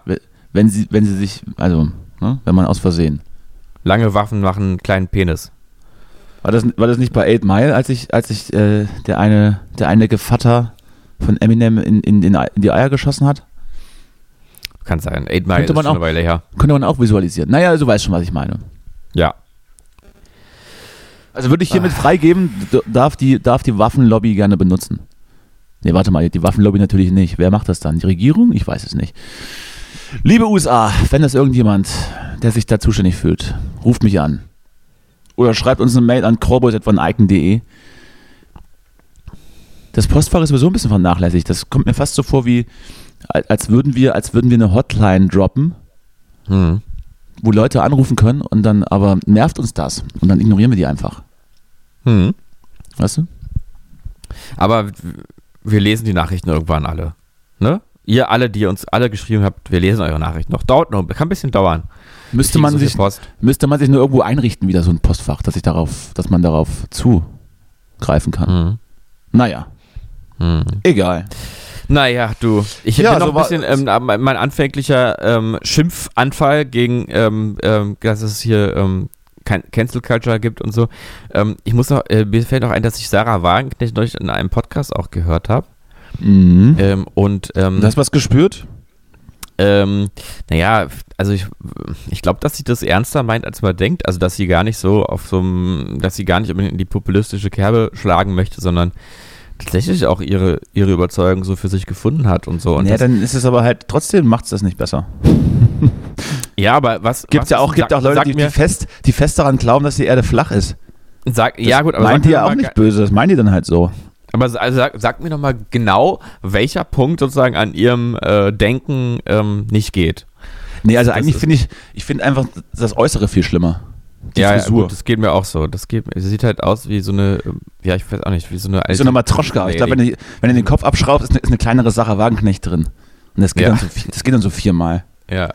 Speaker 3: Wenn sie, wenn sie sich, also, ne, wenn man aus Versehen.
Speaker 2: lange Waffen machen einen kleinen Penis.
Speaker 3: War das, war das nicht bei Eight Mile, als ich, als ich äh, der eine, der eine Gevatter von Eminem in, in, den Ei- in die Eier geschossen hat?
Speaker 2: Kann sein. Eight Mile
Speaker 3: Könnte
Speaker 2: ist
Speaker 3: man
Speaker 2: schon
Speaker 3: auch-
Speaker 2: eine Weile her.
Speaker 3: Könnte man auch visualisieren. Naja, du weißt schon, was ich meine.
Speaker 2: Ja.
Speaker 3: Also würde ich hiermit freigeben, d- darf die, darf die Waffenlobby gerne benutzen. Nee, warte mal, die Waffenlobby natürlich nicht. Wer macht das dann? Die Regierung? Ich weiß es nicht. Liebe USA, wenn das irgendjemand, der sich da zuständig fühlt, ruft mich an. Oder schreibt uns eine Mail an corboys.eiken.de. Das Postfach ist sowieso ein bisschen vernachlässigt. Das kommt mir fast so vor, wie al- als würden wir, als würden wir eine Hotline droppen,
Speaker 2: Hm.
Speaker 3: wo Leute anrufen können und dann aber nervt uns das. Und dann ignorieren wir die einfach.
Speaker 2: Hm.
Speaker 3: Weißt du?
Speaker 2: Aber w- wir lesen die Nachrichten irgendwann alle. Ne? Ihr alle, die uns alle geschrieben habt, wir lesen eure Nachrichten noch. Dauert noch, kann ein bisschen dauern.
Speaker 3: Müsste man,
Speaker 2: Kriegen so viel
Speaker 3: sich,
Speaker 2: Post.
Speaker 3: müsste man sich nur irgendwo einrichten, wieder so ein Postfach, dass, ich darauf, dass man darauf zugreifen kann.
Speaker 2: Hm.
Speaker 3: Naja,
Speaker 2: Hm.
Speaker 3: egal.
Speaker 2: Naja, du. Ich
Speaker 3: Ja,
Speaker 2: bin noch
Speaker 3: so
Speaker 2: ein
Speaker 3: war-
Speaker 2: bisschen, ähm, ab- mein anfänglicher ähm, Schimpfanfall gegen, ähm, ähm, dass es hier ähm, kein Cancel Culture gibt und so. Ähm, ich muss noch, äh, mir fällt noch ein, dass ich Sarah Wagenknecht neulich in einem Podcast auch gehört habe.
Speaker 3: Mhm.
Speaker 2: Ähm, und ähm,
Speaker 3: Du hast was gespürt?
Speaker 2: ähm, naja, also ich, ich glaube, dass sie das ernster meint, als man denkt. Also, dass sie gar nicht so auf so einem, dass sie gar nicht unbedingt in die populistische Kerbe schlagen möchte, sondern tatsächlich auch ihre, ihre Überzeugung so für sich gefunden hat und so. Und
Speaker 3: ja,
Speaker 2: das-
Speaker 3: dann ist es aber halt, trotzdem macht es das nicht besser.
Speaker 2: Ja, aber was.
Speaker 3: Gibt
Speaker 2: was
Speaker 3: ja
Speaker 2: ist-
Speaker 3: auch, gibt
Speaker 2: sag-
Speaker 3: auch Leute,
Speaker 2: sag
Speaker 3: die, die,
Speaker 2: mir-
Speaker 3: fest, die fest daran glauben, dass die Erde flach ist.
Speaker 2: Sag, ja, gut, aber.
Speaker 3: meint
Speaker 2: sag
Speaker 3: die
Speaker 2: mir
Speaker 3: ja
Speaker 2: mal
Speaker 3: auch
Speaker 2: ge-
Speaker 3: nicht böse, das meint die dann halt so.
Speaker 2: Aber sa- also sag, sag mir doch mal genau, welcher Punkt sozusagen an ihrem äh, Denken ähm, nicht geht.
Speaker 3: Nee, also
Speaker 2: Das
Speaker 3: eigentlich
Speaker 2: ist-
Speaker 3: finde ich, ich finde einfach das Äußere viel schlimmer. Die Frisur.
Speaker 2: gut, das geht mir auch so. Das geht, sie sieht halt aus wie so eine, ähm, ja, ich weiß auch nicht, wie so eine
Speaker 3: Wie
Speaker 2: alte.
Speaker 3: so eine Matroschka. Ich glaube, wenn, du- wenn du den Kopf abschraubst, ist eine, ist eine kleinere Sache Wagenknecht drin. Und das geht,
Speaker 2: Ja.
Speaker 3: dann, so, vi- das geht dann so viermal.
Speaker 2: Ja.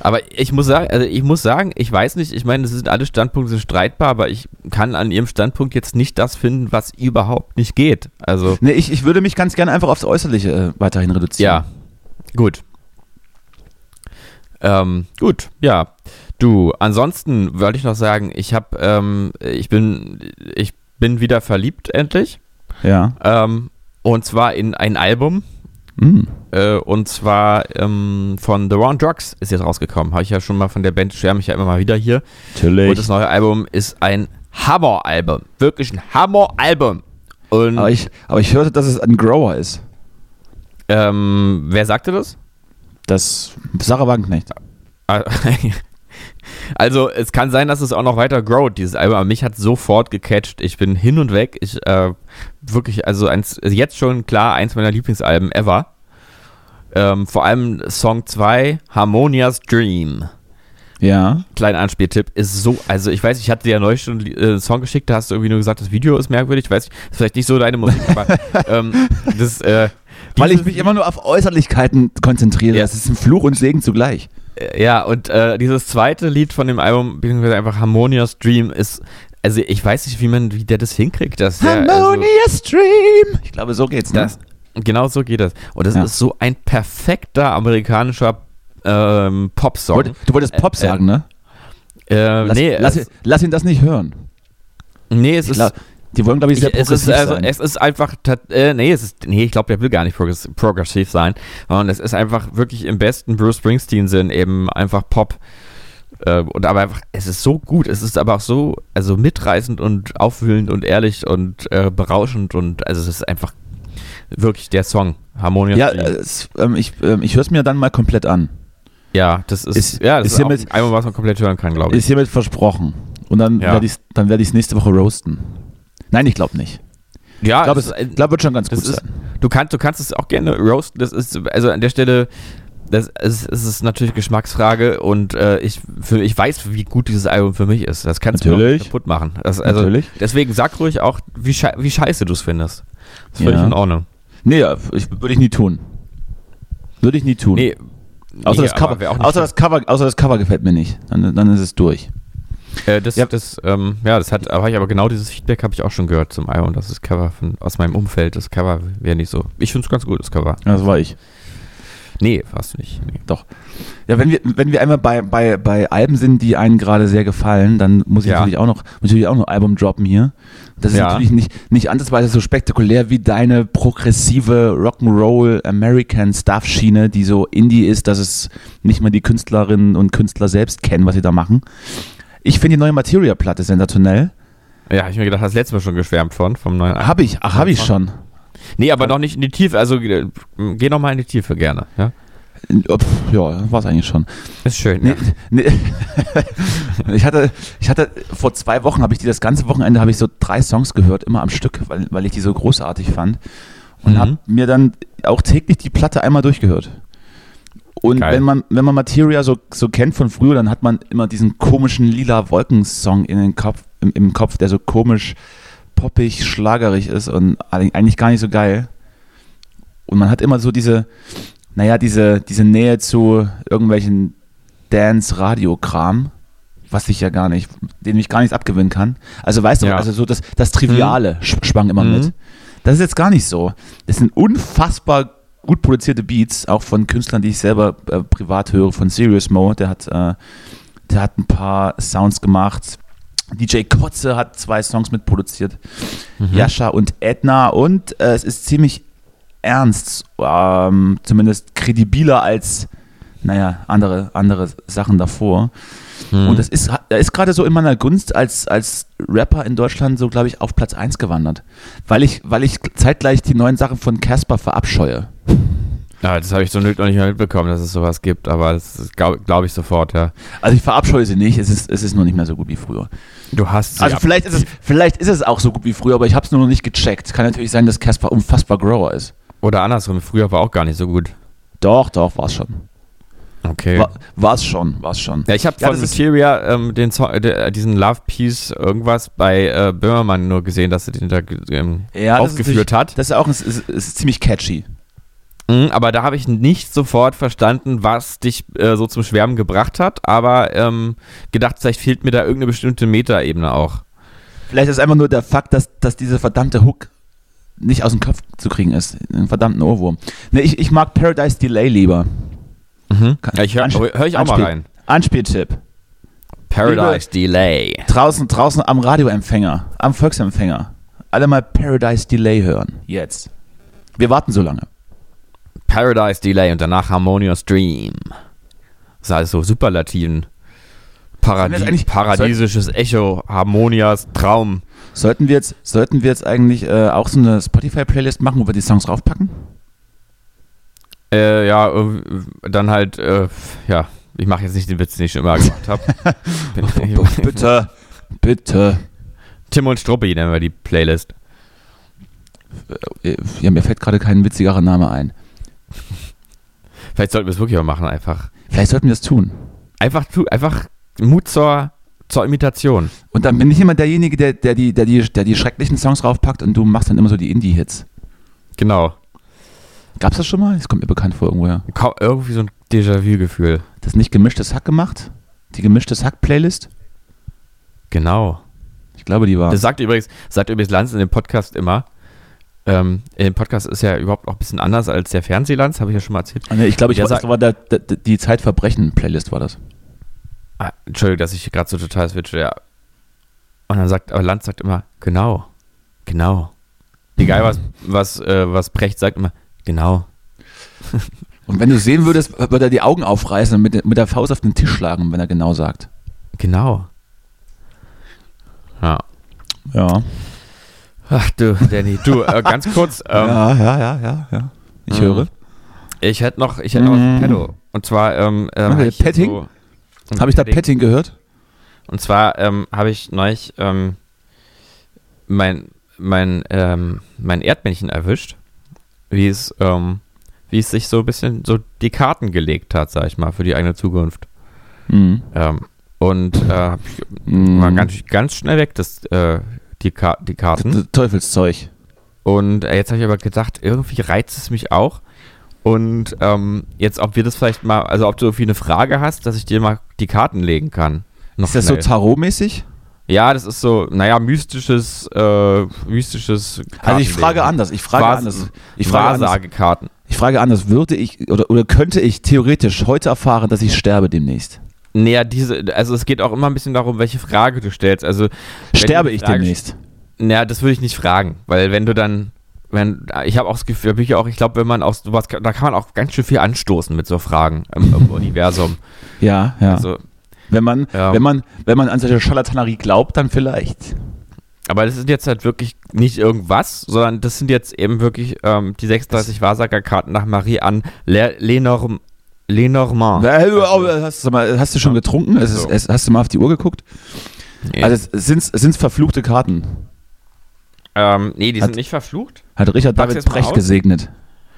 Speaker 2: Aber ich muss sagen, also ich muss sagen, ich weiß nicht, ich meine, das sind alle Standpunkte sind streitbar, aber ich kann an ihrem Standpunkt jetzt nicht das finden, was überhaupt nicht geht. Also,
Speaker 3: Nee, ich, ich würde mich ganz gerne einfach aufs Äußerliche äh, weiterhin reduzieren.
Speaker 2: ja. Gut. Ähm, gut, ja. Du, ansonsten wollte ich noch sagen, ich habe, ähm, ich bin, ich bin wieder verliebt endlich.
Speaker 3: Ja. Ja.
Speaker 2: Ähm, und zwar in ein Album.
Speaker 3: Mm.
Speaker 2: Äh, und zwar ähm, von The Round Drugs ist jetzt rausgekommen. Habe ich ja schon mal von der Band, schwärme ich ja immer mal wieder hier.
Speaker 3: Natürlich.
Speaker 2: Und das neue Album ist ein Hammer-Album. Wirklich ein Hammer-Album.
Speaker 3: aber,
Speaker 2: Und
Speaker 3: ich, aber ich hörte, dass es ein Grower ist.
Speaker 2: ähm, wer sagte das?
Speaker 3: Das Sarah Wagenknecht.
Speaker 2: Äh, *laughs* Also es kann sein, dass es auch noch weiter growt, dieses Album. Aber mich hat sofort gecatcht. Ich bin hin und weg. Ich äh, wirklich, also eins, also jetzt schon klar, eins meiner Lieblingsalben ever. Ähm, vor allem Song 2, Harmonia's Dream.
Speaker 3: Ja.
Speaker 2: Kleiner Anspieltipp ist so, also ich weiß, ich hatte dir ja neulich schon äh, einen Song geschickt, da hast du irgendwie nur gesagt, das Video ist merkwürdig, weiß ich, ist vielleicht nicht so deine Musik,
Speaker 3: *laughs*
Speaker 2: aber ähm, das, äh,
Speaker 3: Weil ich
Speaker 2: dieses-
Speaker 3: mich immer nur auf Äußerlichkeiten konzentriere.
Speaker 2: Ja.
Speaker 3: Das ist ein Fluch und Segen zugleich.
Speaker 2: äh, ja, und äh, dieses zweite Lied von dem Album, beziehungsweise einfach Harmonious Dream ist, also ich weiß nicht, wie man, wie der das hinkriegt, dass der, also,
Speaker 3: Dream. Ich glaube, so geht's. Ne?
Speaker 2: das, genau so geht das. Und das
Speaker 3: Ja.
Speaker 2: ist so ein perfekter amerikanischer ähm, Pop-Song.
Speaker 3: Wollt- Du wolltest Pop
Speaker 2: Äh, äh,
Speaker 3: sagen, ne?
Speaker 2: Äh,
Speaker 3: Lass,
Speaker 2: nee,
Speaker 3: lass,
Speaker 2: es,
Speaker 3: lass ihn das nicht hören.
Speaker 2: nee, es
Speaker 3: Ich
Speaker 2: ist
Speaker 3: glaub, die wollen, glaube ich, sehr
Speaker 2: Ich- es ist,
Speaker 3: progressiv
Speaker 2: also,
Speaker 3: sein.
Speaker 2: es ist einfach, tat- äh, nee, es ist, nee, ich glaube, der will gar nicht progress- progressiv sein, sondern es ist einfach wirklich im besten Bruce Springsteen-Sinn eben einfach Pop. Äh, und aber einfach, es ist so gut, es ist aber auch so, also mitreißend und aufwühlend und ehrlich und äh, berauschend und also es ist einfach wirklich der Song. Harmonious.
Speaker 3: Ja,
Speaker 2: Dream.
Speaker 3: es, ähm, ich, ähm, ich höre es mir dann mal komplett an.
Speaker 2: ja, das ist,
Speaker 3: ist-
Speaker 2: ja, das
Speaker 3: ist
Speaker 2: ist, auch
Speaker 3: hiermit-
Speaker 2: ein Album, was man komplett hören kann, glaube ich.
Speaker 3: Ist hiermit versprochen. Und dann
Speaker 2: Ja.
Speaker 3: werde ich es nächste Woche roasten. Nein, ich glaube nicht.
Speaker 2: ja,
Speaker 3: Ich glaube,
Speaker 2: Ah, es
Speaker 3: es-
Speaker 2: ist ein-
Speaker 3: ich glaub, wird schon ganz
Speaker 2: Das
Speaker 3: gut
Speaker 2: ist-
Speaker 3: sein.
Speaker 2: Du kannst, du kannst es auch gerne roasten. Das ist also an der Stelle, das ist, es ist natürlich Geschmacksfrage und äh, ich für, ich weiß, wie gut dieses Album für mich ist. Das kannst du mir
Speaker 3: Natürlich.
Speaker 2: auch kaputt machen. Das, also
Speaker 3: Natürlich.
Speaker 2: deswegen sag ruhig auch, wie, schei wie scheiße du es findest. Das ist völlig
Speaker 3: Ja.
Speaker 2: in Ordnung.
Speaker 3: Nee, ja, ich, würde ich nie tun. Würde ich nie tun.
Speaker 2: Nee,
Speaker 3: außer,
Speaker 2: nee,
Speaker 3: das
Speaker 2: aber
Speaker 3: Cover,
Speaker 2: wär auch nicht
Speaker 3: außer, das Cover, außer das Cover gefällt mir nicht. Dann, dann ist es durch.
Speaker 2: Äh, das,
Speaker 3: Ja.
Speaker 2: das, ähm, ja, das hat, aber ich aber genau dieses Feedback habe ich auch schon gehört zum Album. Das ist Cover von, aus meinem Umfeld. Das Cover wäre nicht so. Ich finde es ganz gut, das Cover.
Speaker 3: Das war ich.
Speaker 2: Nee, warst du nicht. Nee.
Speaker 3: Ja, wenn wir, wenn wir einmal bei, bei, bei Alben sind, die einen gerade sehr gefallen, dann muss ich
Speaker 2: Ja.
Speaker 3: natürlich auch noch muss ich natürlich auch noch ein Album droppen hier. Das ist
Speaker 2: Ja.
Speaker 3: natürlich nicht, nicht ansatzweise so spektakulär wie deine progressive Rock'n'Roll American Stuff Schiene, die so Indie ist, dass es nicht mal die Künstlerinnen und Künstler selbst kennen, was sie da machen. Ich finde die neue Material Platte sensationell.
Speaker 2: Ja, hab ich mir gedacht, hast letztes Mal schon geschwärmt von, vom neuen Album.
Speaker 3: Habe ich, ach, habe ich schon.
Speaker 2: Nee, aber noch nicht in die Tiefe. Also äh, geh noch mal in die Tiefe gerne. Ja,
Speaker 3: Äh, Pff, Ja, war's eigentlich schon.
Speaker 2: ist schön.
Speaker 3: Nee, nee. *laughs* ich hatte, ich hatte vor zwei Wochen habe ich die das ganze Wochenende habe ich so drei Songs gehört, immer am Stück, weil, weil ich die so großartig fand und
Speaker 2: Mhm.
Speaker 3: habe mir dann auch täglich die Platte einmal durchgehört. Und
Speaker 2: Geil.
Speaker 3: wenn man, wenn man Materia so, so kennt von früher, dann hat man immer diesen komischen lila Wolkensong in den Kopf, im, im Kopf, der so komisch poppig, schlagerig ist und eigentlich gar nicht so geil. Und man hat immer so diese, naja, diese, diese Nähe zu irgendwelchen Dance-Radio-Kram, was ich ja gar nicht, dem ich gar nichts abgewinnen kann. Also weißt du,
Speaker 2: Ja.
Speaker 3: also so das, das Triviale sch- schwang immer
Speaker 2: Mhm.
Speaker 3: mit. Das ist jetzt gar nicht so. Das sind unfassbar gut produzierte Beats, auch von Künstlern, die ich selber äh, privat höre, von Serious Mo, der hat, äh, der hat ein paar Sounds gemacht. DJ Kotze hat zwei Songs mitproduziert.
Speaker 2: Mhm.
Speaker 3: Jascha und Edna und äh, es ist ziemlich ernst, ähm, zumindest kredibiler als, naja, andere, andere Sachen davor.
Speaker 2: Mhm.
Speaker 3: Und das ist, er ist gerade so in meiner Gunst als, als Rapper in Deutschland so, glaube ich, auf Platz 1 gewandert. Weil ich, weil ich zeitgleich die neuen Sachen von Casper verabscheue.
Speaker 2: Ja, das habe ich zum Glück noch nicht mal mitbekommen, dass es sowas gibt, aber das glaube glaub ich sofort, ja.
Speaker 3: Also ich verabscheue sie nicht, es ist, es ist nur nicht mehr so gut wie früher.
Speaker 2: Du hast sie
Speaker 3: also
Speaker 2: ab-
Speaker 3: vielleicht ist, es, vielleicht ist es auch so gut wie früher, aber ich habe es nur noch nicht gecheckt. Kann natürlich sein, dass Casper unfassbar Grower ist.
Speaker 2: Oder andersrum, früher war auch gar nicht so gut.
Speaker 3: Doch, doch, war's schon.
Speaker 2: Okay.
Speaker 3: War es schon, war's schon.
Speaker 2: ja, ich habe
Speaker 3: Ja,
Speaker 2: von
Speaker 3: das ist-
Speaker 2: Materia ähm, den Song, äh, der- diesen Love Piece irgendwas bei äh, Böhmermann nur gesehen, dass er den da ähm,
Speaker 3: Ja, das ist
Speaker 2: aufgeführt hat.
Speaker 3: Das ist auch ein, es ist, es ist ziemlich catchy.
Speaker 2: Mhm, aber da habe ich nicht sofort verstanden, was dich äh, so zum Schwärmen gebracht hat, aber ähm, gedacht, vielleicht fehlt mir da irgendeine bestimmte Metaebene auch.
Speaker 3: Vielleicht ist einfach nur der Fakt, dass, dass dieser verdammte Hook nicht aus dem Kopf zu kriegen ist. Einen verdammten Ohrwurm. Ne, ich, ich mag Paradise Delay lieber.
Speaker 2: Mhm.
Speaker 3: Kann-
Speaker 2: Ja, ich höre
Speaker 3: Anspiel-
Speaker 2: hör ich auch mal
Speaker 3: Anspiel-
Speaker 2: rein.
Speaker 3: Anspieltipp.
Speaker 2: Paradise Delay.
Speaker 3: Draußen, draußen am Radioempfänger, am Volksempfänger. Alle mal Paradise Delay hören. Jetzt. Wir warten so lange.
Speaker 2: Paradise Delay und danach Harmonious Dream. Das ist alles so Superlativen.
Speaker 3: Sollen wir das
Speaker 2: Paradie
Speaker 3: eigentlich-
Speaker 2: paradiesisches Echo, Harmonias Traum.
Speaker 3: Sollten wir jetzt, sollten wir jetzt eigentlich äh, auch so eine Spotify-Playlist machen, wo wir die Songs raufpacken?
Speaker 2: Äh, ja, äh, dann halt, äh, ja, ich mache jetzt nicht den Witz, den ich schon
Speaker 3: *laughs*
Speaker 2: immer gemacht habe.
Speaker 3: Bitte, bitte.
Speaker 2: Tim und Struppi nennen wir die Playlist.
Speaker 3: Äh, Ja, mir fällt gerade kein witzigerer Name ein.
Speaker 2: Vielleicht sollten wir es wirklich mal machen, einfach.
Speaker 3: Vielleicht sollten wir das tun.
Speaker 2: Einfach, tu, einfach Mut zur, zur Imitation.
Speaker 3: Und dann bin ich immer derjenige, der, der, die, der, die, der die schrecklichen Songs raufpackt und du machst dann immer so die Indie-Hits.
Speaker 2: Genau.
Speaker 3: Gab's das schon mal? Das kommt mir bekannt vor irgendwoher.
Speaker 2: Ka- Irgendwie so ein Déjà-vu-Gefühl.
Speaker 3: Das nicht gemischtes Hack gemacht? Die gemischtes Hack-Playlist?
Speaker 2: Genau.
Speaker 3: Ich glaube, die war.
Speaker 2: Das sagt übrigens, sagt übrigens Lanz in dem Podcast immer. Ähm, in dem Podcast ist ja überhaupt auch ein bisschen anders als der Fernsehlanz, habe ich ja schon mal erzählt.
Speaker 3: Ah, nee, ich glaube, ich
Speaker 2: Der
Speaker 3: war,
Speaker 2: sagt-
Speaker 3: das war der, der, der, die Zeitverbrechen-Playlist war das.
Speaker 2: Ah, Entschuldigung, dass ich gerade so total switche, ja. Und dann sagt, aber Lanz sagt immer, genau, genau. Egal was, was, äh, was Precht sagt, immer, genau.
Speaker 3: Und wenn du sehen würdest, würde er die Augen aufreißen und mit, der- mit der Faust auf den Tisch schlagen, wenn er genau sagt.
Speaker 2: Genau. Ja.
Speaker 3: Ja.
Speaker 2: Ach du, Danny, du, äh, ganz
Speaker 3: *laughs*
Speaker 2: kurz, ähm,
Speaker 3: ja, ja, ja, ja, ja. Ich
Speaker 2: Mhm.
Speaker 3: höre.
Speaker 2: ich hätte noch, ich hätte noch
Speaker 3: Mm.
Speaker 2: ein Pedo. Und zwar, ähm, ähm,
Speaker 3: Okay,
Speaker 2: hab ich jetzt
Speaker 3: Petting?
Speaker 2: so-
Speaker 3: Habe ich da
Speaker 2: Petting.
Speaker 3: Petting gehört?
Speaker 2: Und zwar ähm, habe ich neulich ähm, mein, mein, ähm, mein Erdmännchen erwischt, wie es, ähm, wie es sich so ein bisschen so die Karten gelegt hat, sag ich mal, für die eigene Zukunft.
Speaker 3: Mhm.
Speaker 2: Ähm, und äh, hab ich-
Speaker 3: Mhm.
Speaker 2: war ganz, ganz schnell weg, das, äh, die, Ka die Karten.
Speaker 3: T- Teufelszeug.
Speaker 2: Und äh, jetzt habe ich aber gedacht, irgendwie reizt es mich auch. Und ähm, jetzt, ob wir das vielleicht mal, also ob du irgendwie eine Frage hast, dass ich dir mal die Karten legen kann. Noch
Speaker 3: Ist das
Speaker 2: schnell.
Speaker 3: so tarotmäßig?
Speaker 2: Ja, das ist so, naja, mystisches, äh, mystisches.
Speaker 3: Also ich
Speaker 2: Kartenlegen.
Speaker 3: frage anders, ich frage
Speaker 2: Was-
Speaker 3: anders. Ich frage anders,
Speaker 2: Wahrsagekarten.
Speaker 3: ich frage anders, würde ich oder, oder könnte ich theoretisch heute erfahren, dass ich sterbe demnächst?
Speaker 2: Naja, diese, also es geht auch immer ein bisschen darum, welche Frage du stellst. Also wenn
Speaker 3: Sterbe
Speaker 2: die
Speaker 3: ich
Speaker 2: Frage-
Speaker 3: demnächst?
Speaker 2: Naja, das würde ich nicht fragen, weil wenn du dann, wenn, ich habe auch das Gefühl, da bin ich auch, ich glaube, wenn man aus sowas, da kann man auch ganz schön viel anstoßen mit so Fragen im,
Speaker 3: *laughs*
Speaker 2: im Universum.
Speaker 3: Ja, ja.
Speaker 2: Also,
Speaker 3: wenn man,
Speaker 2: ja.
Speaker 3: wenn man, wenn man an solche Scharlatanerie glaubt, dann vielleicht.
Speaker 2: aber das sind jetzt halt wirklich nicht irgendwas, sondern das sind jetzt eben wirklich ähm, die 36 Wahrsagerkarten nach Marie an Le Lenorm Lenormand.
Speaker 3: Weil du
Speaker 2: Also
Speaker 3: auch- hast, sag mal, hast du schon getrunken? Es ist,
Speaker 2: So.
Speaker 3: es, hast du mal auf die Uhr geguckt?
Speaker 2: Nee.
Speaker 3: Also es sind's, es sind's verfluchte Karten.
Speaker 2: Ähm, nee, die
Speaker 3: Hat-
Speaker 2: sind nicht verflucht.
Speaker 3: Hat Richard
Speaker 2: Pack's
Speaker 3: David
Speaker 2: jetzt mal
Speaker 3: Brecht
Speaker 2: aus.
Speaker 3: gesegnet.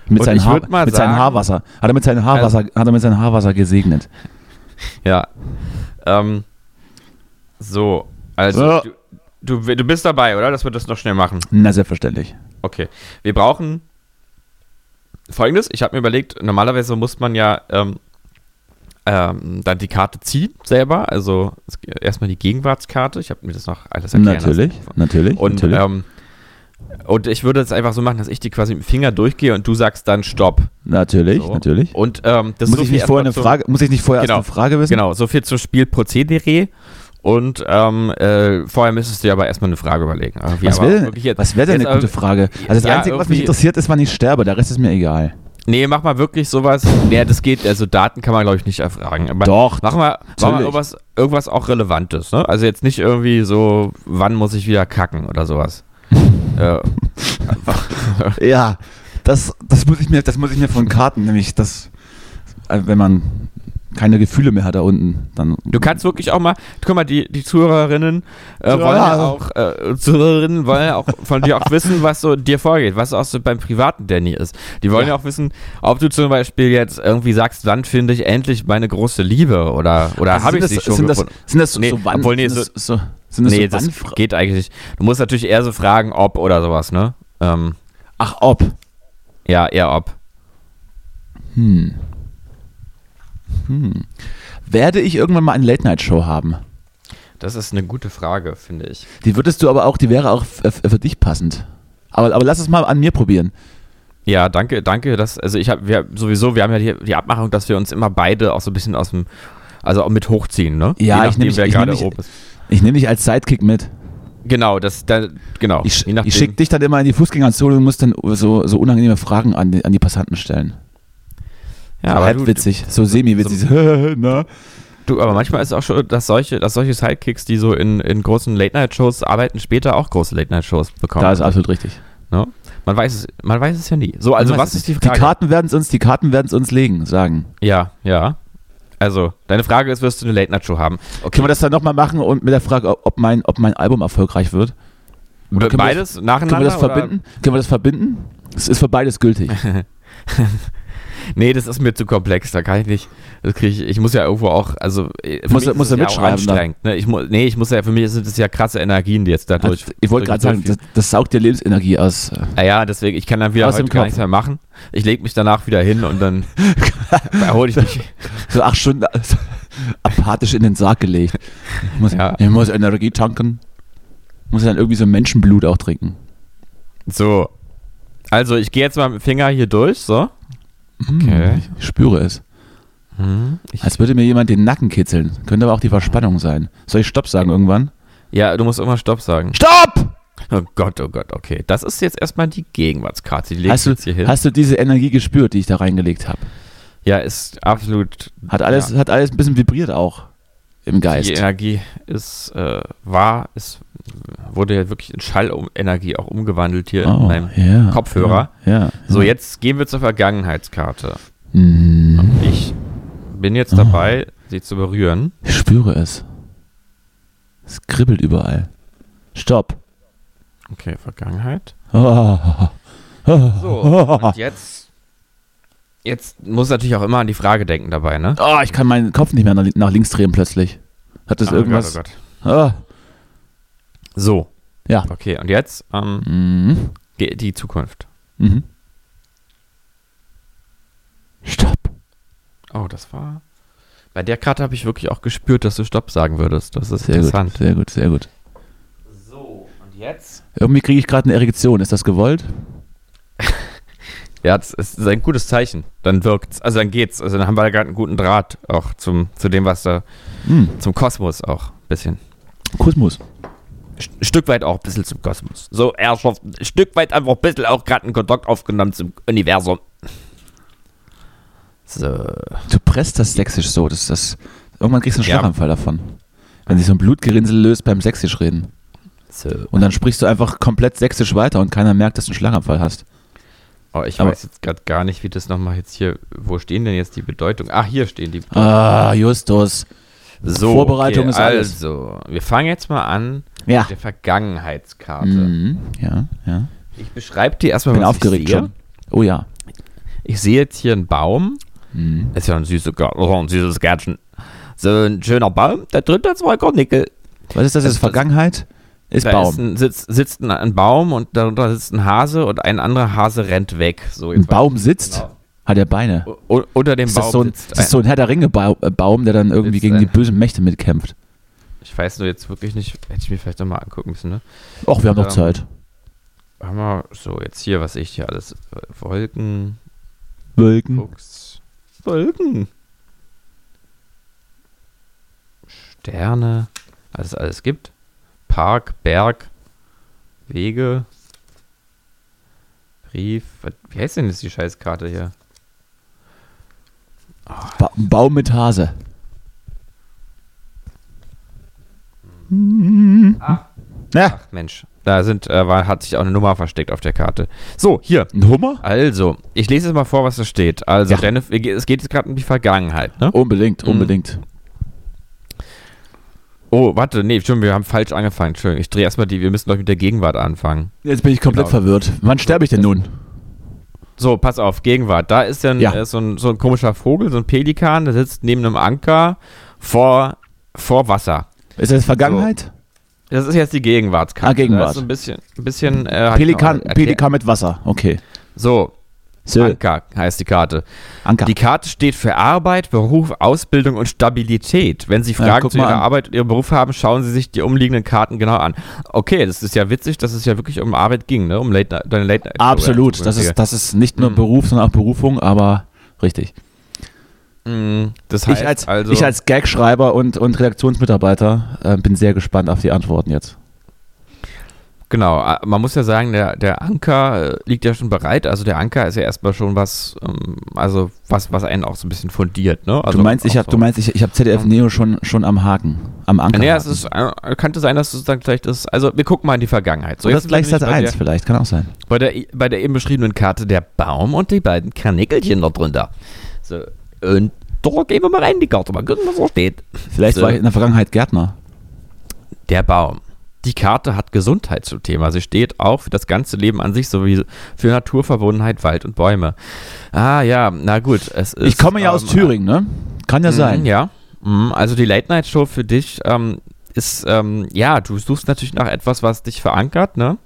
Speaker 3: Mit,
Speaker 2: Und
Speaker 3: seinem
Speaker 2: ich
Speaker 3: Haar,
Speaker 2: würd mal
Speaker 3: mit seinem
Speaker 2: sagen- Also
Speaker 3: Haarwasser. Hat er mit seinem Haarwasser, hat er mit seinem Haarwasser gesegnet.
Speaker 2: Ja. Ähm, so, also
Speaker 3: So.
Speaker 2: Du, du, du bist dabei, oder? Dass wir das noch schnell machen.
Speaker 3: Na, selbstverständlich.
Speaker 2: Okay. Wir brauchen folgendes. Ich habe mir überlegt, normalerweise muss man ja ähm, ähm, dann die Karte ziehen selber. Also es- erstmal die Gegenwartskarte. Ich habe mir das noch alles erklären lassen.
Speaker 3: Natürlich, natürlich.
Speaker 2: Und,
Speaker 3: natürlich.
Speaker 2: ähm, und ich würde es einfach so machen, dass ich die quasi mit dem Finger durchgehe und du sagst dann Stopp.
Speaker 3: natürlich,
Speaker 2: So.
Speaker 3: natürlich.
Speaker 2: Und ähm, das
Speaker 3: muss,
Speaker 2: so
Speaker 3: ich
Speaker 2: viel
Speaker 3: nicht vorher eine
Speaker 2: erstmal zum-
Speaker 3: Frage, muss ich nicht vorher
Speaker 2: Genau.
Speaker 3: erst eine Frage wissen?
Speaker 2: Genau, so viel zum Spiel Prozedere. Und ähm, äh, vorher müsstest du dir aber erstmal eine Frage überlegen. Also, Irgendwie,
Speaker 3: Was
Speaker 2: aber
Speaker 3: wäre
Speaker 2: wirklich jetzt-
Speaker 3: was wär denn
Speaker 2: jetzt,
Speaker 3: eine gute
Speaker 2: äh,
Speaker 3: Frage? Also das
Speaker 2: ja,
Speaker 3: Einzige, was
Speaker 2: irgendwie-
Speaker 3: mich interessiert, ist, wann ich sterbe. Der Rest ist mir egal.
Speaker 2: Nee, mach mal wirklich sowas. Nee, das geht. Also Daten kann man, glaube ich, nicht erfragen. Aber
Speaker 3: Doch.
Speaker 2: Mach mal, mach mal
Speaker 3: Natürlich.
Speaker 2: irgendwas, irgendwas auch Relevantes. Ne? Also jetzt nicht irgendwie so,
Speaker 3: *laughs*
Speaker 2: wann muss ich wieder kacken oder sowas. äh,
Speaker 3: Ja, das, das, muss ich mir, das muss ich mir von Karten, nämlich das, also wenn man keine Gefühle mehr hat da unten, dann.
Speaker 2: Du kannst wirklich auch mal, guck mal, die, die Zuhörerinnen äh, wollen ja
Speaker 3: Ja.
Speaker 2: auch, äh, Zuhörerinnen wollen ja auch von dir
Speaker 3: *laughs*
Speaker 2: auch wissen, was so dir vorgeht, was auch so beim privaten Danny ist. Die wollen ja, auch wissen, ob du zum Beispiel jetzt irgendwie sagst, wann finde ich endlich meine große Liebe oder, oder
Speaker 3: Also
Speaker 2: habe ich
Speaker 3: sind
Speaker 2: sie
Speaker 3: das,
Speaker 2: schon
Speaker 3: sind das,
Speaker 2: gefunden?
Speaker 3: Sind das so,
Speaker 2: Nee,
Speaker 3: so Wand-
Speaker 2: obwohl, nee,
Speaker 3: sind
Speaker 2: so-
Speaker 3: das, so, sind das
Speaker 2: nee,
Speaker 3: so
Speaker 2: das
Speaker 3: Wandfra-
Speaker 2: geht eigentlich nicht. Du musst natürlich eher so fragen, ob oder sowas, ne? Ähm,
Speaker 3: Ach, ob.
Speaker 2: ja, eher ob.
Speaker 3: Hm. Hm. Werde ich irgendwann mal eine Late-Night-Show haben?
Speaker 2: Das ist eine gute Frage, finde ich.
Speaker 3: Die würdest du aber auch, die wäre auch f- f- für dich passend. Aber, aber lass es mal an mir probieren.
Speaker 2: Ja, danke, danke. Dass, also ich habe wir sowieso, wir haben ja die, die Abmachung, dass wir uns immer beide auch so ein bisschen aus dem, also auch mit hochziehen, ne?
Speaker 3: Ja,
Speaker 2: Je nachdem,
Speaker 3: ich nehm mich-
Speaker 2: wer
Speaker 3: ich
Speaker 2: gerade
Speaker 3: nehm mich-
Speaker 2: oben ist.
Speaker 3: Ich nehme dich als Sidekick mit.
Speaker 2: Genau, das, da, genau.
Speaker 3: Ich, sch-
Speaker 2: Je nachdem.
Speaker 3: ich schicke dich dann immer in die Fußgängerzone und muss dann so, so unangenehme Fragen an die, an die Passanten stellen.
Speaker 2: ja,
Speaker 3: aber
Speaker 2: aber,
Speaker 3: halt
Speaker 2: du,
Speaker 3: witzig, so semi-witzig. *laughs* Na?
Speaker 2: du, aber manchmal ist auch schon, dass solche, dass solche Sidekicks, die so in, in großen Late-Night-Shows arbeiten, später auch große Late-Night-Shows bekommen.
Speaker 3: Da ist absolut richtig.
Speaker 2: ne? Man weiß es, man weiß es ja nie. So, also
Speaker 3: Man weiß
Speaker 2: was
Speaker 3: es
Speaker 2: ist die
Speaker 3: nicht.
Speaker 2: Frage?
Speaker 3: Die Karten werden es uns, die Karten werden es uns legen, sagen.
Speaker 2: ja, ja. Also, deine Frage ist, wirst du eine Late-Night-Show haben?
Speaker 3: Können wir das dann nochmal machen und mit der Frage, ob mein, ob mein Album erfolgreich wird? Oder können wir das-
Speaker 2: Beides nacheinander?
Speaker 3: Können wir das
Speaker 2: oder-
Speaker 3: verbinden? Können wir das verbinden? Es ist für
Speaker 2: *laughs*
Speaker 3: beides gültig. Also,
Speaker 2: Nee, das ist mir zu komplex, da kann ich nicht. Das krieg ich, ich muss ja irgendwo auch, also äh, für
Speaker 3: Muss-
Speaker 2: mich
Speaker 3: muss
Speaker 2: ist
Speaker 3: er
Speaker 2: es ja auch
Speaker 3: mitschreiben dann.
Speaker 2: anstrengend. Ne? Ich mu nee, ich muss ja, für mich sind das ja krasse Energien, die jetzt da durch.
Speaker 3: Also, ich wollte gerade sagen, das, das saugt dir Lebensenergie aus. äh,
Speaker 2: Naja, deswegen, ich kann dann wieder
Speaker 3: Aus
Speaker 2: heute
Speaker 3: dem
Speaker 2: gar
Speaker 3: Kopf.
Speaker 2: nichts mehr machen. Ich lege mich danach wieder hin und
Speaker 3: *laughs*
Speaker 2: dann erhole ich mich.
Speaker 3: So acht Stunden also, *laughs* apathisch in den Sarg gelegt. Ich muss,
Speaker 2: Ja.
Speaker 3: ich muss Energie tanken. Muss dann irgendwie so Menschenblut auch trinken.
Speaker 2: So. Also, ich gehe jetzt mal mit dem Finger hier durch, so.
Speaker 3: Hm,
Speaker 2: Okay.
Speaker 3: Ich spüre es.
Speaker 2: Ich,
Speaker 3: Als würde mir jemand den Nacken kitzeln. Könnte aber auch die Verspannung sein. Soll ich Stopp sagen irgendwann?
Speaker 2: ja, du musst irgendwann Stopp sagen.
Speaker 3: Stopp!
Speaker 2: Oh Gott, oh Gott, okay. Das ist jetzt erstmal die Gegenwartskarte. Die lege ich
Speaker 3: Hast du,
Speaker 2: jetzt hier hin.
Speaker 3: hast du diese Energie gespürt, die ich da reingelegt habe?
Speaker 2: ja, ist absolut
Speaker 3: Hat alles, hat alles ein bisschen vibriert auch im Geist.
Speaker 2: Die Energie ist äh, war, es wurde ja wirklich in Schallenergie auch umgewandelt hier in meinem
Speaker 3: ja,
Speaker 2: Kopfhörer.
Speaker 3: Ja, Oh. ja.
Speaker 2: So, jetzt gehen wir zur Vergangenheitskarte.
Speaker 3: Hm,
Speaker 2: Ich bin jetzt dabei, sie zu berühren.
Speaker 3: ich spüre es. Es kribbelt überall. Stopp.
Speaker 2: Okay, Vergangenheit.
Speaker 3: Ah, *laughs*
Speaker 2: So, und jetzt, jetzt muss natürlich auch immer an die Frage denken dabei, ne?
Speaker 3: Ah, ich kann meinen Kopf nicht mehr nach, nach links drehen plötzlich. Hat das
Speaker 2: Oh Gott,
Speaker 3: irgendwas?
Speaker 2: oh Gott.
Speaker 3: Ah,
Speaker 2: So,
Speaker 3: ja.
Speaker 2: okay, und jetzt ähm,
Speaker 3: Mhm.
Speaker 2: ge- die Zukunft.
Speaker 3: Mhm. Stopp.
Speaker 2: Oh, das war. Bei der Karte habe ich wirklich auch gespürt, dass du Stopp sagen würdest. Das ist
Speaker 3: Sehr gut,
Speaker 2: interessant.
Speaker 3: sehr gut, sehr gut.
Speaker 2: So, und jetzt
Speaker 3: Irgendwie kriege ich gerade eine Erektion. Ist das gewollt?
Speaker 2: Ja, das ist ein gutes Zeichen. Dann wirkt's. Also dann geht's. Also dann haben wir da gerade einen guten Draht auch zum, zu dem, was da,
Speaker 3: Hm.
Speaker 2: zum Kosmos auch ein bisschen.
Speaker 3: Kusmus.
Speaker 2: St- Ein Stück weit auch ein bisschen zum Kosmos. So, Herrschaften, ein Stück weit einfach ein bisschen auch gerade einen Kontakt aufgenommen zum Universum. So.
Speaker 3: Du presst das sächsisch so. Das, das, irgendwann kriegst du einen
Speaker 2: Ja.
Speaker 3: Schlaganfall davon. Wenn sich so ein Blutgerinnsel löst beim sächsisch reden.
Speaker 2: so.
Speaker 3: Und dann sprichst du einfach komplett sächsisch weiter und keiner merkt, dass du einen Schlaganfall hast.
Speaker 2: Oh, ich
Speaker 3: Aber-
Speaker 2: weiß jetzt gerade gar nicht, wie das nochmal jetzt hier. Wo stehen denn jetzt die Bedeutung? Ah, hier stehen die.
Speaker 3: Ah, Justus.
Speaker 2: So,
Speaker 3: Vorbereitung
Speaker 2: okay,
Speaker 3: ist alles.
Speaker 2: Also, wir fangen jetzt mal an
Speaker 3: Ja.
Speaker 2: mit der Vergangenheitskarte.
Speaker 3: Mhm. Ja, ja.
Speaker 2: Ich beschreibe dir erstmal,
Speaker 3: Ich bin
Speaker 2: was
Speaker 3: aufgeregt
Speaker 2: ich sehe.
Speaker 3: schon. Oh ja.
Speaker 2: Ich sehe jetzt hier einen Baum.
Speaker 3: Mhm.
Speaker 2: Ist ja ein süßes, Gar- oh, ein süßes Gärtchen. So ein schöner Baum, da drin hat zwei Kornickel.
Speaker 3: Was ist das
Speaker 2: Also Das-
Speaker 3: jetzt? Vergangenheit ist
Speaker 2: Da
Speaker 3: Baum.
Speaker 2: Ist ein, sitzt, sitzt ein, ein Baum und darunter sitzt ein Hase und ein anderer Hase rennt weg. So,
Speaker 3: Ein
Speaker 2: jetzt
Speaker 3: Baum sitzt,
Speaker 2: Genau.
Speaker 3: hat er Beine.
Speaker 2: war- u- Unter dem
Speaker 3: Ist
Speaker 2: Baum
Speaker 3: das, so ein,
Speaker 2: sitzt
Speaker 3: ist das so ein Herr der Ringe Ba- äh, Baum, der dann irgendwie
Speaker 2: Sitzt
Speaker 3: gegen die
Speaker 2: ein-
Speaker 3: bösen Mächte mitkämpft?
Speaker 2: Ich weiß nur jetzt wirklich nicht, hätte ich mir vielleicht nochmal angucken müssen. Ne?
Speaker 3: Och, wir haben noch
Speaker 2: Ja.
Speaker 3: Zeit.
Speaker 2: Haben wir so jetzt hier, was ich hier alles. äh, Wolken,
Speaker 3: Wölken.
Speaker 2: Oh. Fuchs. Wolken. Sterne, was es alles gibt. Park, Berg, Wege, Brief. Was, wie heißt denn jetzt die Scheißkarte hier?
Speaker 3: Ba ein Baum mit Hase.
Speaker 2: Ah.
Speaker 3: Ja,
Speaker 2: Ah. Mensch, Da sind, äh, war, hat sich auch eine Nummer versteckt auf der Karte. So, hier.
Speaker 3: Ein Hummer?
Speaker 2: Also, ich lese jetzt mal vor, was da steht. Also,
Speaker 3: Ja.
Speaker 2: Jennifer, es geht jetzt gerade um die Vergangenheit, ne?
Speaker 3: Unbedingt, unbedingt.
Speaker 2: Oh, warte, nee, stimmt, wir haben falsch angefangen. Entschuldigung, ich drehe erstmal die, wir müssen gleich mit der Gegenwart anfangen.
Speaker 3: Jetzt bin ich komplett
Speaker 2: Genau.
Speaker 3: verwirrt. Wann sterbe ich denn nun?
Speaker 2: So, pass auf, Gegenwart. Da ist dann
Speaker 3: Ja.
Speaker 2: äh, so, ein, so ein komischer Vogel, so ein Pelikan, der sitzt neben einem Anker vor, vor Wasser.
Speaker 3: Ist das Vergangenheit?
Speaker 2: Das ist jetzt die Gegenwartskarte.
Speaker 3: Ah, Gegenwart.
Speaker 2: Da ist so ein bisschen, ein bisschen äh, hat
Speaker 3: Pelikan,
Speaker 2: man auch erklärt.
Speaker 3: Pelikan mit Wasser, okay.
Speaker 2: So,
Speaker 3: So,
Speaker 2: Anker heißt die Karte.
Speaker 3: Anker.
Speaker 2: Die Karte steht für Arbeit, Beruf, Ausbildung und Stabilität. Wenn Sie
Speaker 3: Ja,
Speaker 2: Fragen
Speaker 3: guck
Speaker 2: zu
Speaker 3: mal
Speaker 2: Ihrer
Speaker 3: an.
Speaker 2: Arbeit und Ihrem Beruf haben, schauen Sie sich die umliegenden Karten genau an. Okay, das ist ja witzig, dass es ja wirklich um Arbeit ging, ne? Um Late Night, deine Late Night.
Speaker 3: Absolut, das ist, das ist nicht nur Beruf, sondern auch Berufung, aber richtig.
Speaker 2: Mm, Das heißt
Speaker 3: Ich als,
Speaker 2: also,
Speaker 3: ich als Gagschreiber und, und Redaktionsmitarbeiter äh, bin sehr gespannt auf die Antworten jetzt.
Speaker 2: genau, äh, man muss ja sagen, der, der Anker äh, liegt ja schon bereit. Also der Anker ist ja erstmal schon was, ähm, also was, was einen auch so ein bisschen fundiert, ne? Also
Speaker 3: du meinst, ich
Speaker 2: auch
Speaker 3: habe
Speaker 2: so.
Speaker 3: du meinst, ich, ich habe ZDF Neo schon, schon am Haken, am Anker.
Speaker 2: Nee, es ist, äh, könnte sein, dass es dann vielleicht ist. Also, wir gucken mal in die Vergangenheit. So,
Speaker 3: Oder
Speaker 2: jetzt sind wir
Speaker 3: gleich Satz
Speaker 2: nämlich bei
Speaker 3: 1 vielleicht, kann auch sein.
Speaker 2: Bei der, bei der eben beschriebenen Karte der Baum und die beiden Karnickelchen da drunter. So, und da gehen wir mal rein in die Karte, mal gucken, was da steht.
Speaker 3: Vielleicht
Speaker 2: So.
Speaker 3: war ich in der Vergangenheit Gärtner.
Speaker 2: Der Baum. Die Karte hat Gesundheit zum Thema. Sie steht auch für das ganze Leben an sich sowie für Naturverbundenheit, Wald und Bäume. Ah ja, na gut. Es ist,
Speaker 3: ich komme ja aus
Speaker 2: ähm,
Speaker 3: Thüringen, ne? Kann ja
Speaker 2: Mhm,
Speaker 3: sein.
Speaker 2: Ja. Mhm, Also die Late Night Show für dich ähm, ist, ähm, ja, du suchst natürlich nach etwas, was dich verankert, ne?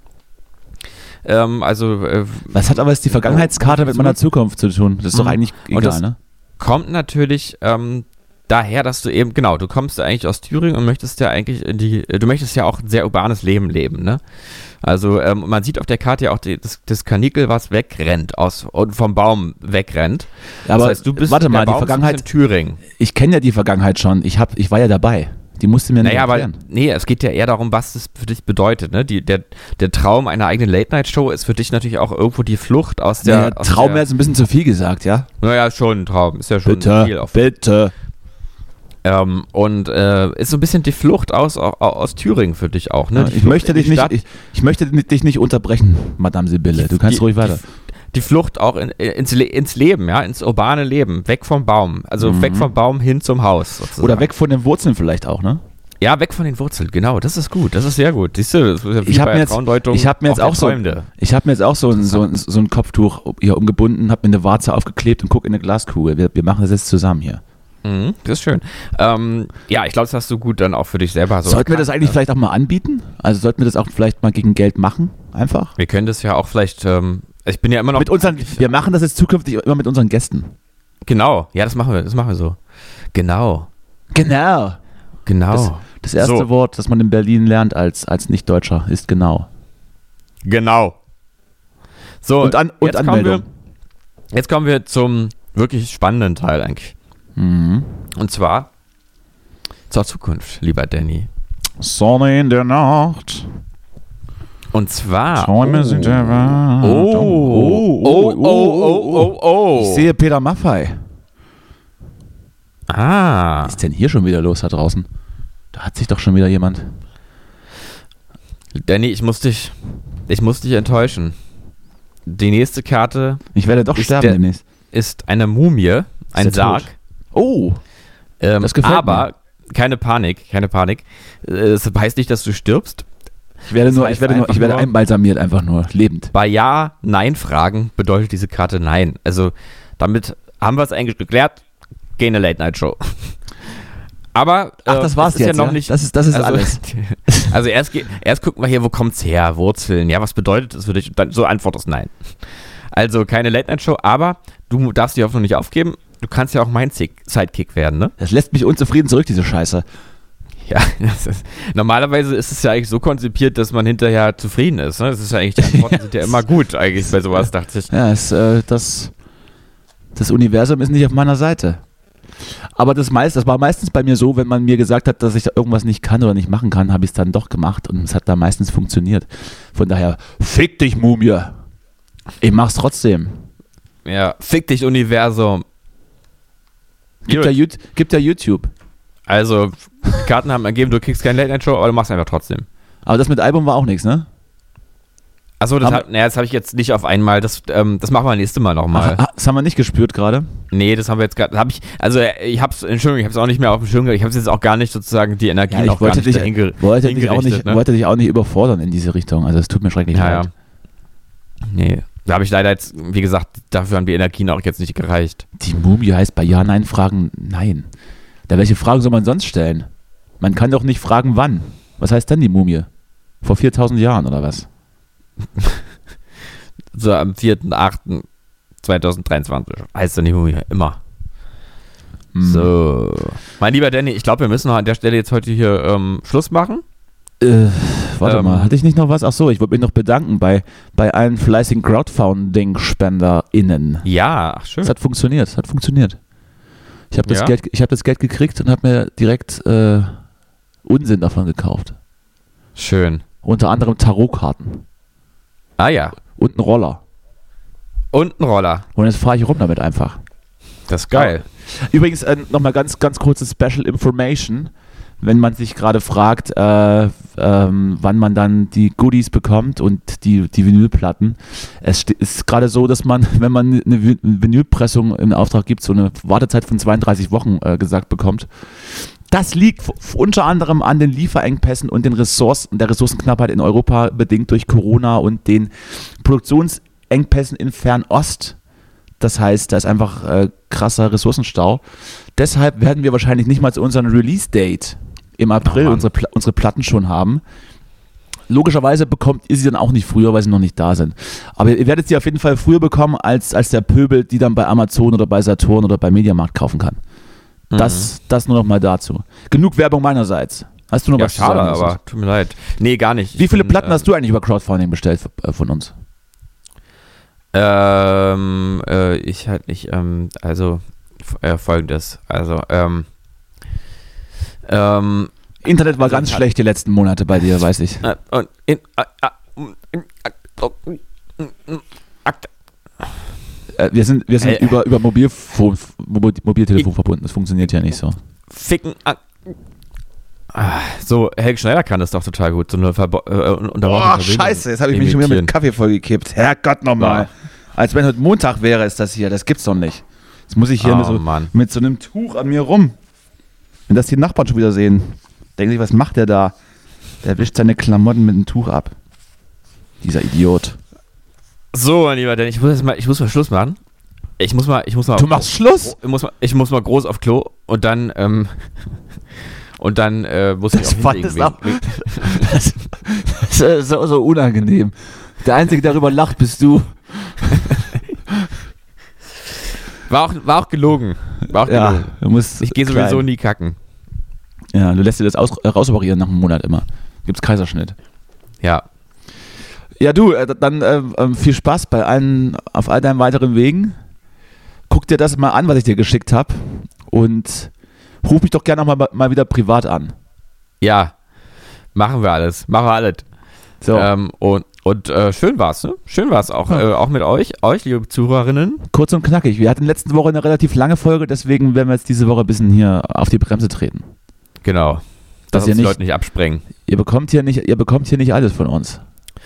Speaker 2: Ähm, also äh,
Speaker 3: Was hat aber jetzt die Vergangenheitskarte mit meiner Zukunft zu tun? Das ist doch
Speaker 2: Mhm.
Speaker 3: eigentlich
Speaker 2: Und
Speaker 3: egal,
Speaker 2: das-
Speaker 3: ne?
Speaker 2: kommt natürlich ähm, daher, dass du eben, genau, du kommst ja eigentlich aus Thüringen und möchtest ja eigentlich in die, äh, du möchtest ja auch ein sehr urbanes Leben leben, ne? Also ähm, man sieht auf der Karte ja auch die, das, das Kanikel, was wegrennt aus und vom Baum wegrennt.
Speaker 3: Aber
Speaker 2: das heißt, du bist
Speaker 3: warte
Speaker 2: der
Speaker 3: mal, die
Speaker 2: Baum sitzt
Speaker 3: Vergangenheit,
Speaker 2: in Thüringen.
Speaker 3: ich kenne ja die Vergangenheit schon. Ich, hab, ich war ja dabei. Die musste mir
Speaker 2: Naja, aber
Speaker 3: erklären.
Speaker 2: nee, es geht ja eher darum, was das für dich bedeutet. Ne? Die, der, der Traum einer eigenen Late-Night-Show ist für dich natürlich auch irgendwo die Flucht aus der.
Speaker 3: naja,
Speaker 2: aus
Speaker 3: Traum wäre
Speaker 2: der,
Speaker 3: jetzt ein bisschen zu viel gesagt, ja?
Speaker 2: Naja, schon ein Traum. Ist ja schon viel
Speaker 3: Bitte,
Speaker 2: auf.
Speaker 3: bitte.
Speaker 2: Ähm, und äh, ist so ein bisschen die Flucht aus, au- aus Thüringen für dich auch. Ne?
Speaker 3: Ja,
Speaker 2: Die
Speaker 3: ich,
Speaker 2: Flucht
Speaker 3: möchte
Speaker 2: in die
Speaker 3: dich nicht,
Speaker 2: Stadt,
Speaker 3: ich, ich möchte ni- dich nicht unterbrechen, Madame Sibylle. Du kannst
Speaker 2: die-
Speaker 3: ruhig weiter.
Speaker 2: die Flucht auch in, äh, ins, Le ins Leben, ja, ins urbane Leben, weg vom Baum. Also weg vom Baum hin zum Haus. Sozusagen.
Speaker 3: Mhm. Oder weg von den Wurzeln vielleicht auch, ne?
Speaker 2: Ja, weg von den Wurzeln, genau. Das ist gut. Das ist sehr gut. Siehst du, das ist ja wie
Speaker 3: Ich
Speaker 2: bei
Speaker 3: habe mir, jetzt-
Speaker 2: Traumdeutung
Speaker 3: ich hab mir jetzt
Speaker 2: der
Speaker 3: auch so,
Speaker 2: Träumende.
Speaker 3: ich hab mir jetzt auch so, ein- so, ein- so ein Kopftuch hier umgebunden, habe mir eine Warze aufgeklebt und guck in eine Glaskugel. Wir, wir machen das jetzt zusammen hier.
Speaker 2: Mhm, das ist schön. Ähm, ja, ich glaube, das hast du gut dann auch für dich selber so.
Speaker 3: sollten wir das
Speaker 2: erkannt,
Speaker 3: eigentlich
Speaker 2: ne?
Speaker 3: vielleicht auch mal anbieten? Also sollten wir das auch vielleicht mal gegen Geld machen? Einfach?
Speaker 2: Wir können das ja auch vielleicht. Ähm, ich bin ja immer noch.
Speaker 3: Mit unseren, wir machen das jetzt zukünftig immer mit unseren Gästen.
Speaker 2: genau. Ja, das machen wir. Das machen wir so. Genau.
Speaker 3: Genau.
Speaker 2: Genau.
Speaker 3: Das, das erste
Speaker 2: So.
Speaker 3: Wort, das man in Berlin lernt als, als Nicht-Deutscher, ist genau.
Speaker 2: genau. So.
Speaker 3: Und, an, und
Speaker 2: jetzt
Speaker 3: Anmeldung.
Speaker 2: Kommen wir, jetzt kommen wir zum wirklich spannenden Teil eigentlich.
Speaker 3: Mhm.
Speaker 2: Und zwar zur Zukunft, lieber Danny.
Speaker 3: Sonne in der Nacht.
Speaker 2: Und zwar.
Speaker 3: Träume sind erwacht.
Speaker 2: Oh. Oh. Oh. Oh. Oh. Oh. oh.
Speaker 3: Ich sehe Peter Maffei.
Speaker 2: Ah.
Speaker 3: Was ist denn hier schon wieder los da draußen? Da hat sich doch schon wieder jemand.
Speaker 2: Danny, ich muss dich, ich muss dich enttäuschen. Die nächste Karte
Speaker 3: Ich werde doch
Speaker 2: Ist
Speaker 3: sterben
Speaker 2: der-
Speaker 3: demnächst.
Speaker 2: ist eine Mumie, ein
Speaker 3: Ist er tot?
Speaker 2: Sarg.
Speaker 3: Oh,
Speaker 2: Ähm,
Speaker 3: Das gefällt
Speaker 2: aber keine Panik, keine Panik. Äh, Es heißt nicht, dass du stirbst.
Speaker 3: ich werde nur, ich
Speaker 2: heißt
Speaker 3: werde nur, ich
Speaker 2: einfach
Speaker 3: werde
Speaker 2: nur-
Speaker 3: einbalsamiert einfach nur, lebend.
Speaker 2: Bei Ja, Nein-Fragen bedeutet diese Karte Nein. Also damit haben wir es eigentlich geklärt. Geh in eine Late-Night-Show. *laughs* Aber
Speaker 3: Ach,
Speaker 2: äh,
Speaker 3: das war's
Speaker 2: es ist ja
Speaker 3: jetzt.
Speaker 2: noch
Speaker 3: ja?
Speaker 2: nicht.
Speaker 3: das ist, das ist
Speaker 2: also,
Speaker 3: alles.
Speaker 2: *laughs* also erst, ge- erst gucken wir hier, wo kommt's her? Wurzeln. Ja, was bedeutet das für dich? Und dann so Antwort ist nein. Also keine Late-Night-Show, aber du darfst die Hoffnung nicht aufgeben. Du kannst ja auch mein Sick- Sidekick werden, ne? *laughs*
Speaker 3: Das lässt mich unzufrieden zurück, diese Scheiße.
Speaker 2: Ja, das ist, normalerweise ist es ja eigentlich so konzipiert, dass man hinterher zufrieden ist. Ne? Das ist ja eigentlich, die
Speaker 3: *laughs*
Speaker 2: Antworten sind ja immer gut eigentlich bei sowas, dachte ich.
Speaker 3: Ja, es, äh, das, das Universum ist nicht auf meiner Seite. Aber das, meist, das war meistens bei mir so, wenn man mir gesagt hat, dass ich da irgendwas nicht kann oder nicht machen kann, habe ich es dann doch gemacht und es hat da meistens funktioniert. Von daher, fick dich, Mumie! Ich mach's trotzdem.
Speaker 2: Ja, fick dich Universum.
Speaker 3: Gibt
Speaker 2: Gut.
Speaker 3: ja, Yout- gibt ja YouTube.
Speaker 2: Also, die Karten haben ergeben, du kriegst keine Late-Night-Show, aber du machst einfach trotzdem.
Speaker 3: Aber das mit Album war auch nichts, ne?
Speaker 2: Achso, das
Speaker 3: Haben-
Speaker 2: habe naja, das hab ich jetzt nicht auf einmal. Das, ähm, das machen wir nächstes Mal nochmal.
Speaker 3: Ah, das haben wir nicht gespürt gerade.
Speaker 2: Nee, das haben wir jetzt gerade. Hab ich, also äh, ich hab's, Entschuldigung, ich hab's auch nicht mehr auf dem Schirm gehabt. Ich hab's jetzt auch gar nicht sozusagen die Energie noch gar nicht dahin ge-
Speaker 3: wollte, dich auch nicht,
Speaker 2: hingerichtet, ne?
Speaker 3: wollte dich auch nicht überfordern in diese Richtung. Also es tut mir schrecklich
Speaker 2: Ja, ja.
Speaker 3: leid.
Speaker 2: Nee. Da habe ich leider jetzt, wie gesagt, dafür haben die Energien auch jetzt nicht gereicht.
Speaker 3: Die Mumie heißt bei Ja-Nein-Fragen Nein. Da welche Fragen soll man sonst stellen? Man kann doch nicht fragen, wann. Was heißt denn die Mumie? Vor 4000 Jahren oder was?
Speaker 2: So am 4.8.2023 heißt dann die Mumie immer.
Speaker 3: Hm.
Speaker 2: So. Mhm. Mein lieber Danny, ich glaube, wir müssen an der Stelle jetzt heute hier ähm, Schluss machen.
Speaker 3: Äh, warte
Speaker 2: Ähm.
Speaker 3: mal, hatte ich nicht noch was? Ach so, ich wollte mich noch bedanken bei, bei allen fleißigen Crowdfunding-SpenderInnen.
Speaker 2: Ja, ach schön.
Speaker 3: Es hat funktioniert, es hat funktioniert. Ich habe das,
Speaker 2: Ja?
Speaker 3: Geld, ich hab das Geld gekriegt und habe mir direkt äh, Unsinn davon gekauft.
Speaker 2: Schön.
Speaker 3: Unter anderem Tarotkarten
Speaker 2: Ah ja.
Speaker 3: und einen Roller.
Speaker 2: Und ein Roller.
Speaker 3: Und jetzt fahre ich rum damit einfach.
Speaker 2: Das ist geil.
Speaker 3: Übrigens äh, nochmal ganz, ganz kurze Special Information, wenn man sich gerade fragt, äh, ähm, wann man dann die Goodies bekommt und die, die Vinylplatten. Es ste- ist gerade so, dass man, *laughs* wenn man eine Vi- Vinylpressung in Auftrag gibt, so eine Wartezeit von 32 Wochen äh, gesagt bekommt. Das liegt f- f- unter anderem an den Lieferengpässen und den Ressourcen, der Ressourcenknappheit in Europa, bedingt durch Corona und den Produktionsengpässen in Fernost. Das heißt, da ist einfach äh, krasser Ressourcenstau. Deshalb werden wir wahrscheinlich nicht mal zu unserem Release-Date im April
Speaker 2: Mann.
Speaker 3: unsere, Pla unsere Platten schon haben. Logischerweise bekommt ihr sie dann auch nicht früher, weil sie noch nicht da sind. Aber ihr werdet sie auf jeden Fall früher bekommen, als, als der Pöbel, die dann bei Amazon oder bei Saturn oder bei Mediamarkt kaufen kann.
Speaker 2: Mhm.
Speaker 3: Das, das nur noch mal dazu. Genug Werbung meinerseits. Hast du noch
Speaker 2: ja,
Speaker 3: was zu sagen?
Speaker 2: schade,
Speaker 3: Jesus?
Speaker 2: aber tut mir leid. Nee, gar nicht.
Speaker 3: Wie
Speaker 2: Ich
Speaker 3: viele
Speaker 2: bin,
Speaker 3: Platten
Speaker 2: äh,
Speaker 3: hast du eigentlich über Crowdfunding bestellt äh, von uns?
Speaker 2: Ähm, äh, ich halt nicht, ähm, also f- äh, folgendes. Also, ähm, ähm,
Speaker 3: Internet war ganz
Speaker 2: Hat-
Speaker 3: schlecht die letzten Monate bei dir, weiß ich.
Speaker 2: äh, und in, äh, äh, in, äh, äh,
Speaker 3: Äh, wir sind, wir sind
Speaker 2: Äh.
Speaker 3: über, über Mobilfon, Mobil, Mobiltelefon verbunden. Das funktioniert ja nicht so.
Speaker 2: ficken. Äh, Ah, so, Helge Schneider kann das doch total gut, so eine Verbo äh, un- unterbrochene Verbindung imitieren.
Speaker 3: Kaffee vollgekippt. Herrgott
Speaker 2: nochmal.
Speaker 3: Als wenn heute Montag wäre, ist das hier. Das gibt's doch nicht. Jetzt muss ich
Speaker 2: Oh, Mann.
Speaker 3: mit so einem Tuch an mir rum. Wenn das die Nachbarn schon wieder sehen, denken sich, was macht der da? Der wischt seine Klamotten mit einem Tuch ab. Dieser Idiot.
Speaker 2: So, mein lieber Dennis, ich muss jetzt mal, ich muss mal Schluss machen. Ich muss mal, ich muss mal.
Speaker 3: Schluss?
Speaker 2: Ich muss mal, ich muss mal groß auf Klo und dann, ähm, *laughs* und dann äh, muss ich
Speaker 3: Das
Speaker 2: auch
Speaker 3: fand
Speaker 2: hinlegen
Speaker 3: es
Speaker 2: wegen-
Speaker 3: auch- *laughs* Das ist äh, so, so unangenehm. Der Einzige, der darüber lacht, bist du.
Speaker 2: War auch, war auch gelogen. War auch gelogen.
Speaker 3: du musst
Speaker 2: Genau. Ich gehe sowieso nie kacken.
Speaker 3: Ja, du lässt dir das aus, äh, rausoperieren nach einem Monat immer. Gibt's Kaiserschnitt.
Speaker 2: Ja.
Speaker 3: Ja, du, äh, dann äh, ähm, viel Spaß bei allen, auf all deinen weiteren Wegen. Guck dir das mal an, was ich dir geschickt habe. Und ruf mich doch gerne auch mal, mal wieder privat an.
Speaker 2: Ja. Machen wir alles. Machen wir alles.
Speaker 3: So,
Speaker 2: Ähm, und und äh, schön war's, ne? Schön war's auch. Äh, auch mit euch, euch, liebe Zuhörerinnen.
Speaker 3: kurz und knackig. Wir hatten letzte Woche eine relativ lange Folge, deswegen werden wir jetzt diese Woche ein bisschen hier auf die Bremse treten.
Speaker 2: Genau.
Speaker 3: Dass
Speaker 2: Dass
Speaker 3: ihr
Speaker 2: uns die
Speaker 3: nicht-
Speaker 2: Leute nicht absprengen.
Speaker 3: Ihr bekommt hier nicht, ihr bekommt hier nicht alles von uns.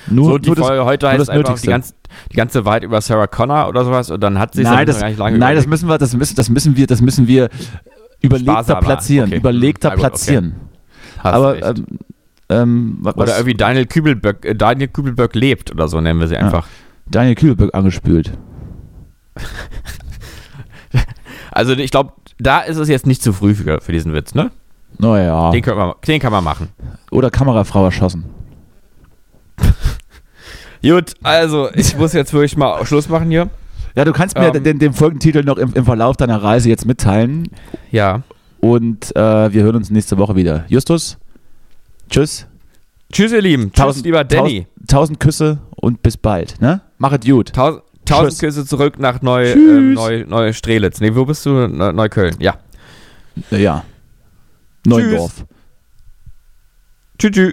Speaker 3: Nur,
Speaker 2: so, die
Speaker 3: nur das,
Speaker 2: Folge heute
Speaker 3: nur
Speaker 2: heißt
Speaker 3: das
Speaker 2: einfach die
Speaker 3: Nötigste.
Speaker 2: ganze, die ganze Wahrheit über Sarah Connor oder sowas und dann hat sie es
Speaker 3: nein,
Speaker 2: dann
Speaker 3: das,
Speaker 2: gar nicht lange
Speaker 3: nein das
Speaker 2: überlegt.
Speaker 3: müssen wir, das müssen, das müssen wir, das müssen wir überlegter
Speaker 2: Sparsamer,
Speaker 3: platzieren.
Speaker 2: okay.
Speaker 3: Überlegter
Speaker 2: Na gut, okay.
Speaker 3: platzieren.
Speaker 2: Hast
Speaker 3: Aber
Speaker 2: recht.
Speaker 3: ähm, ähm, wa- was,
Speaker 2: oder irgendwie Daniel Kübelböck, äh, Daniel Kübelböck lebt oder so nennen wir sie einfach.
Speaker 3: Daniel Kühlberg angespült.
Speaker 2: Also ich glaube, da ist es jetzt nicht zu früh für, für diesen Witz, ne?
Speaker 3: Naja.
Speaker 2: Den, können wir, den kann man machen.
Speaker 3: Oder Kamerafrau erschossen.
Speaker 2: Gut, also ich muss jetzt wirklich mal Schluss machen hier.
Speaker 3: Ja, du kannst mir
Speaker 2: Ähm.
Speaker 3: den, den Folgentitel noch im, im Verlauf deiner Reise jetzt mitteilen.
Speaker 2: Ja.
Speaker 3: Und äh, wir hören uns nächste Woche wieder. Justus, tschüss.
Speaker 2: Tschüss, ihr Lieben. Tschüss, lieber Danny.
Speaker 3: Tausend, tausend Küsse und bis bald. Ne? Mach es gut.
Speaker 2: Tausend, tausend
Speaker 3: Tschüss.
Speaker 2: Küsse zurück nach Neu,
Speaker 3: Tschüss.
Speaker 2: ähm, Neu, Neustrelitz. Nee, wo bist du? Neu- Neukölln. Ja.
Speaker 3: Ja. Neundorf.
Speaker 2: Tschüss, tschüss.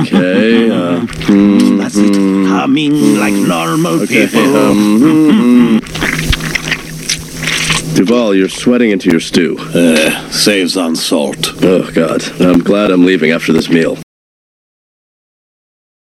Speaker 4: Okay, uh,
Speaker 1: That's it. Humming like normal people.
Speaker 4: um, hmm. Duval, you're sweating into your stew.
Speaker 1: Uh, saves on salt.
Speaker 4: Oh, God. I'm glad I'm leaving after this meal.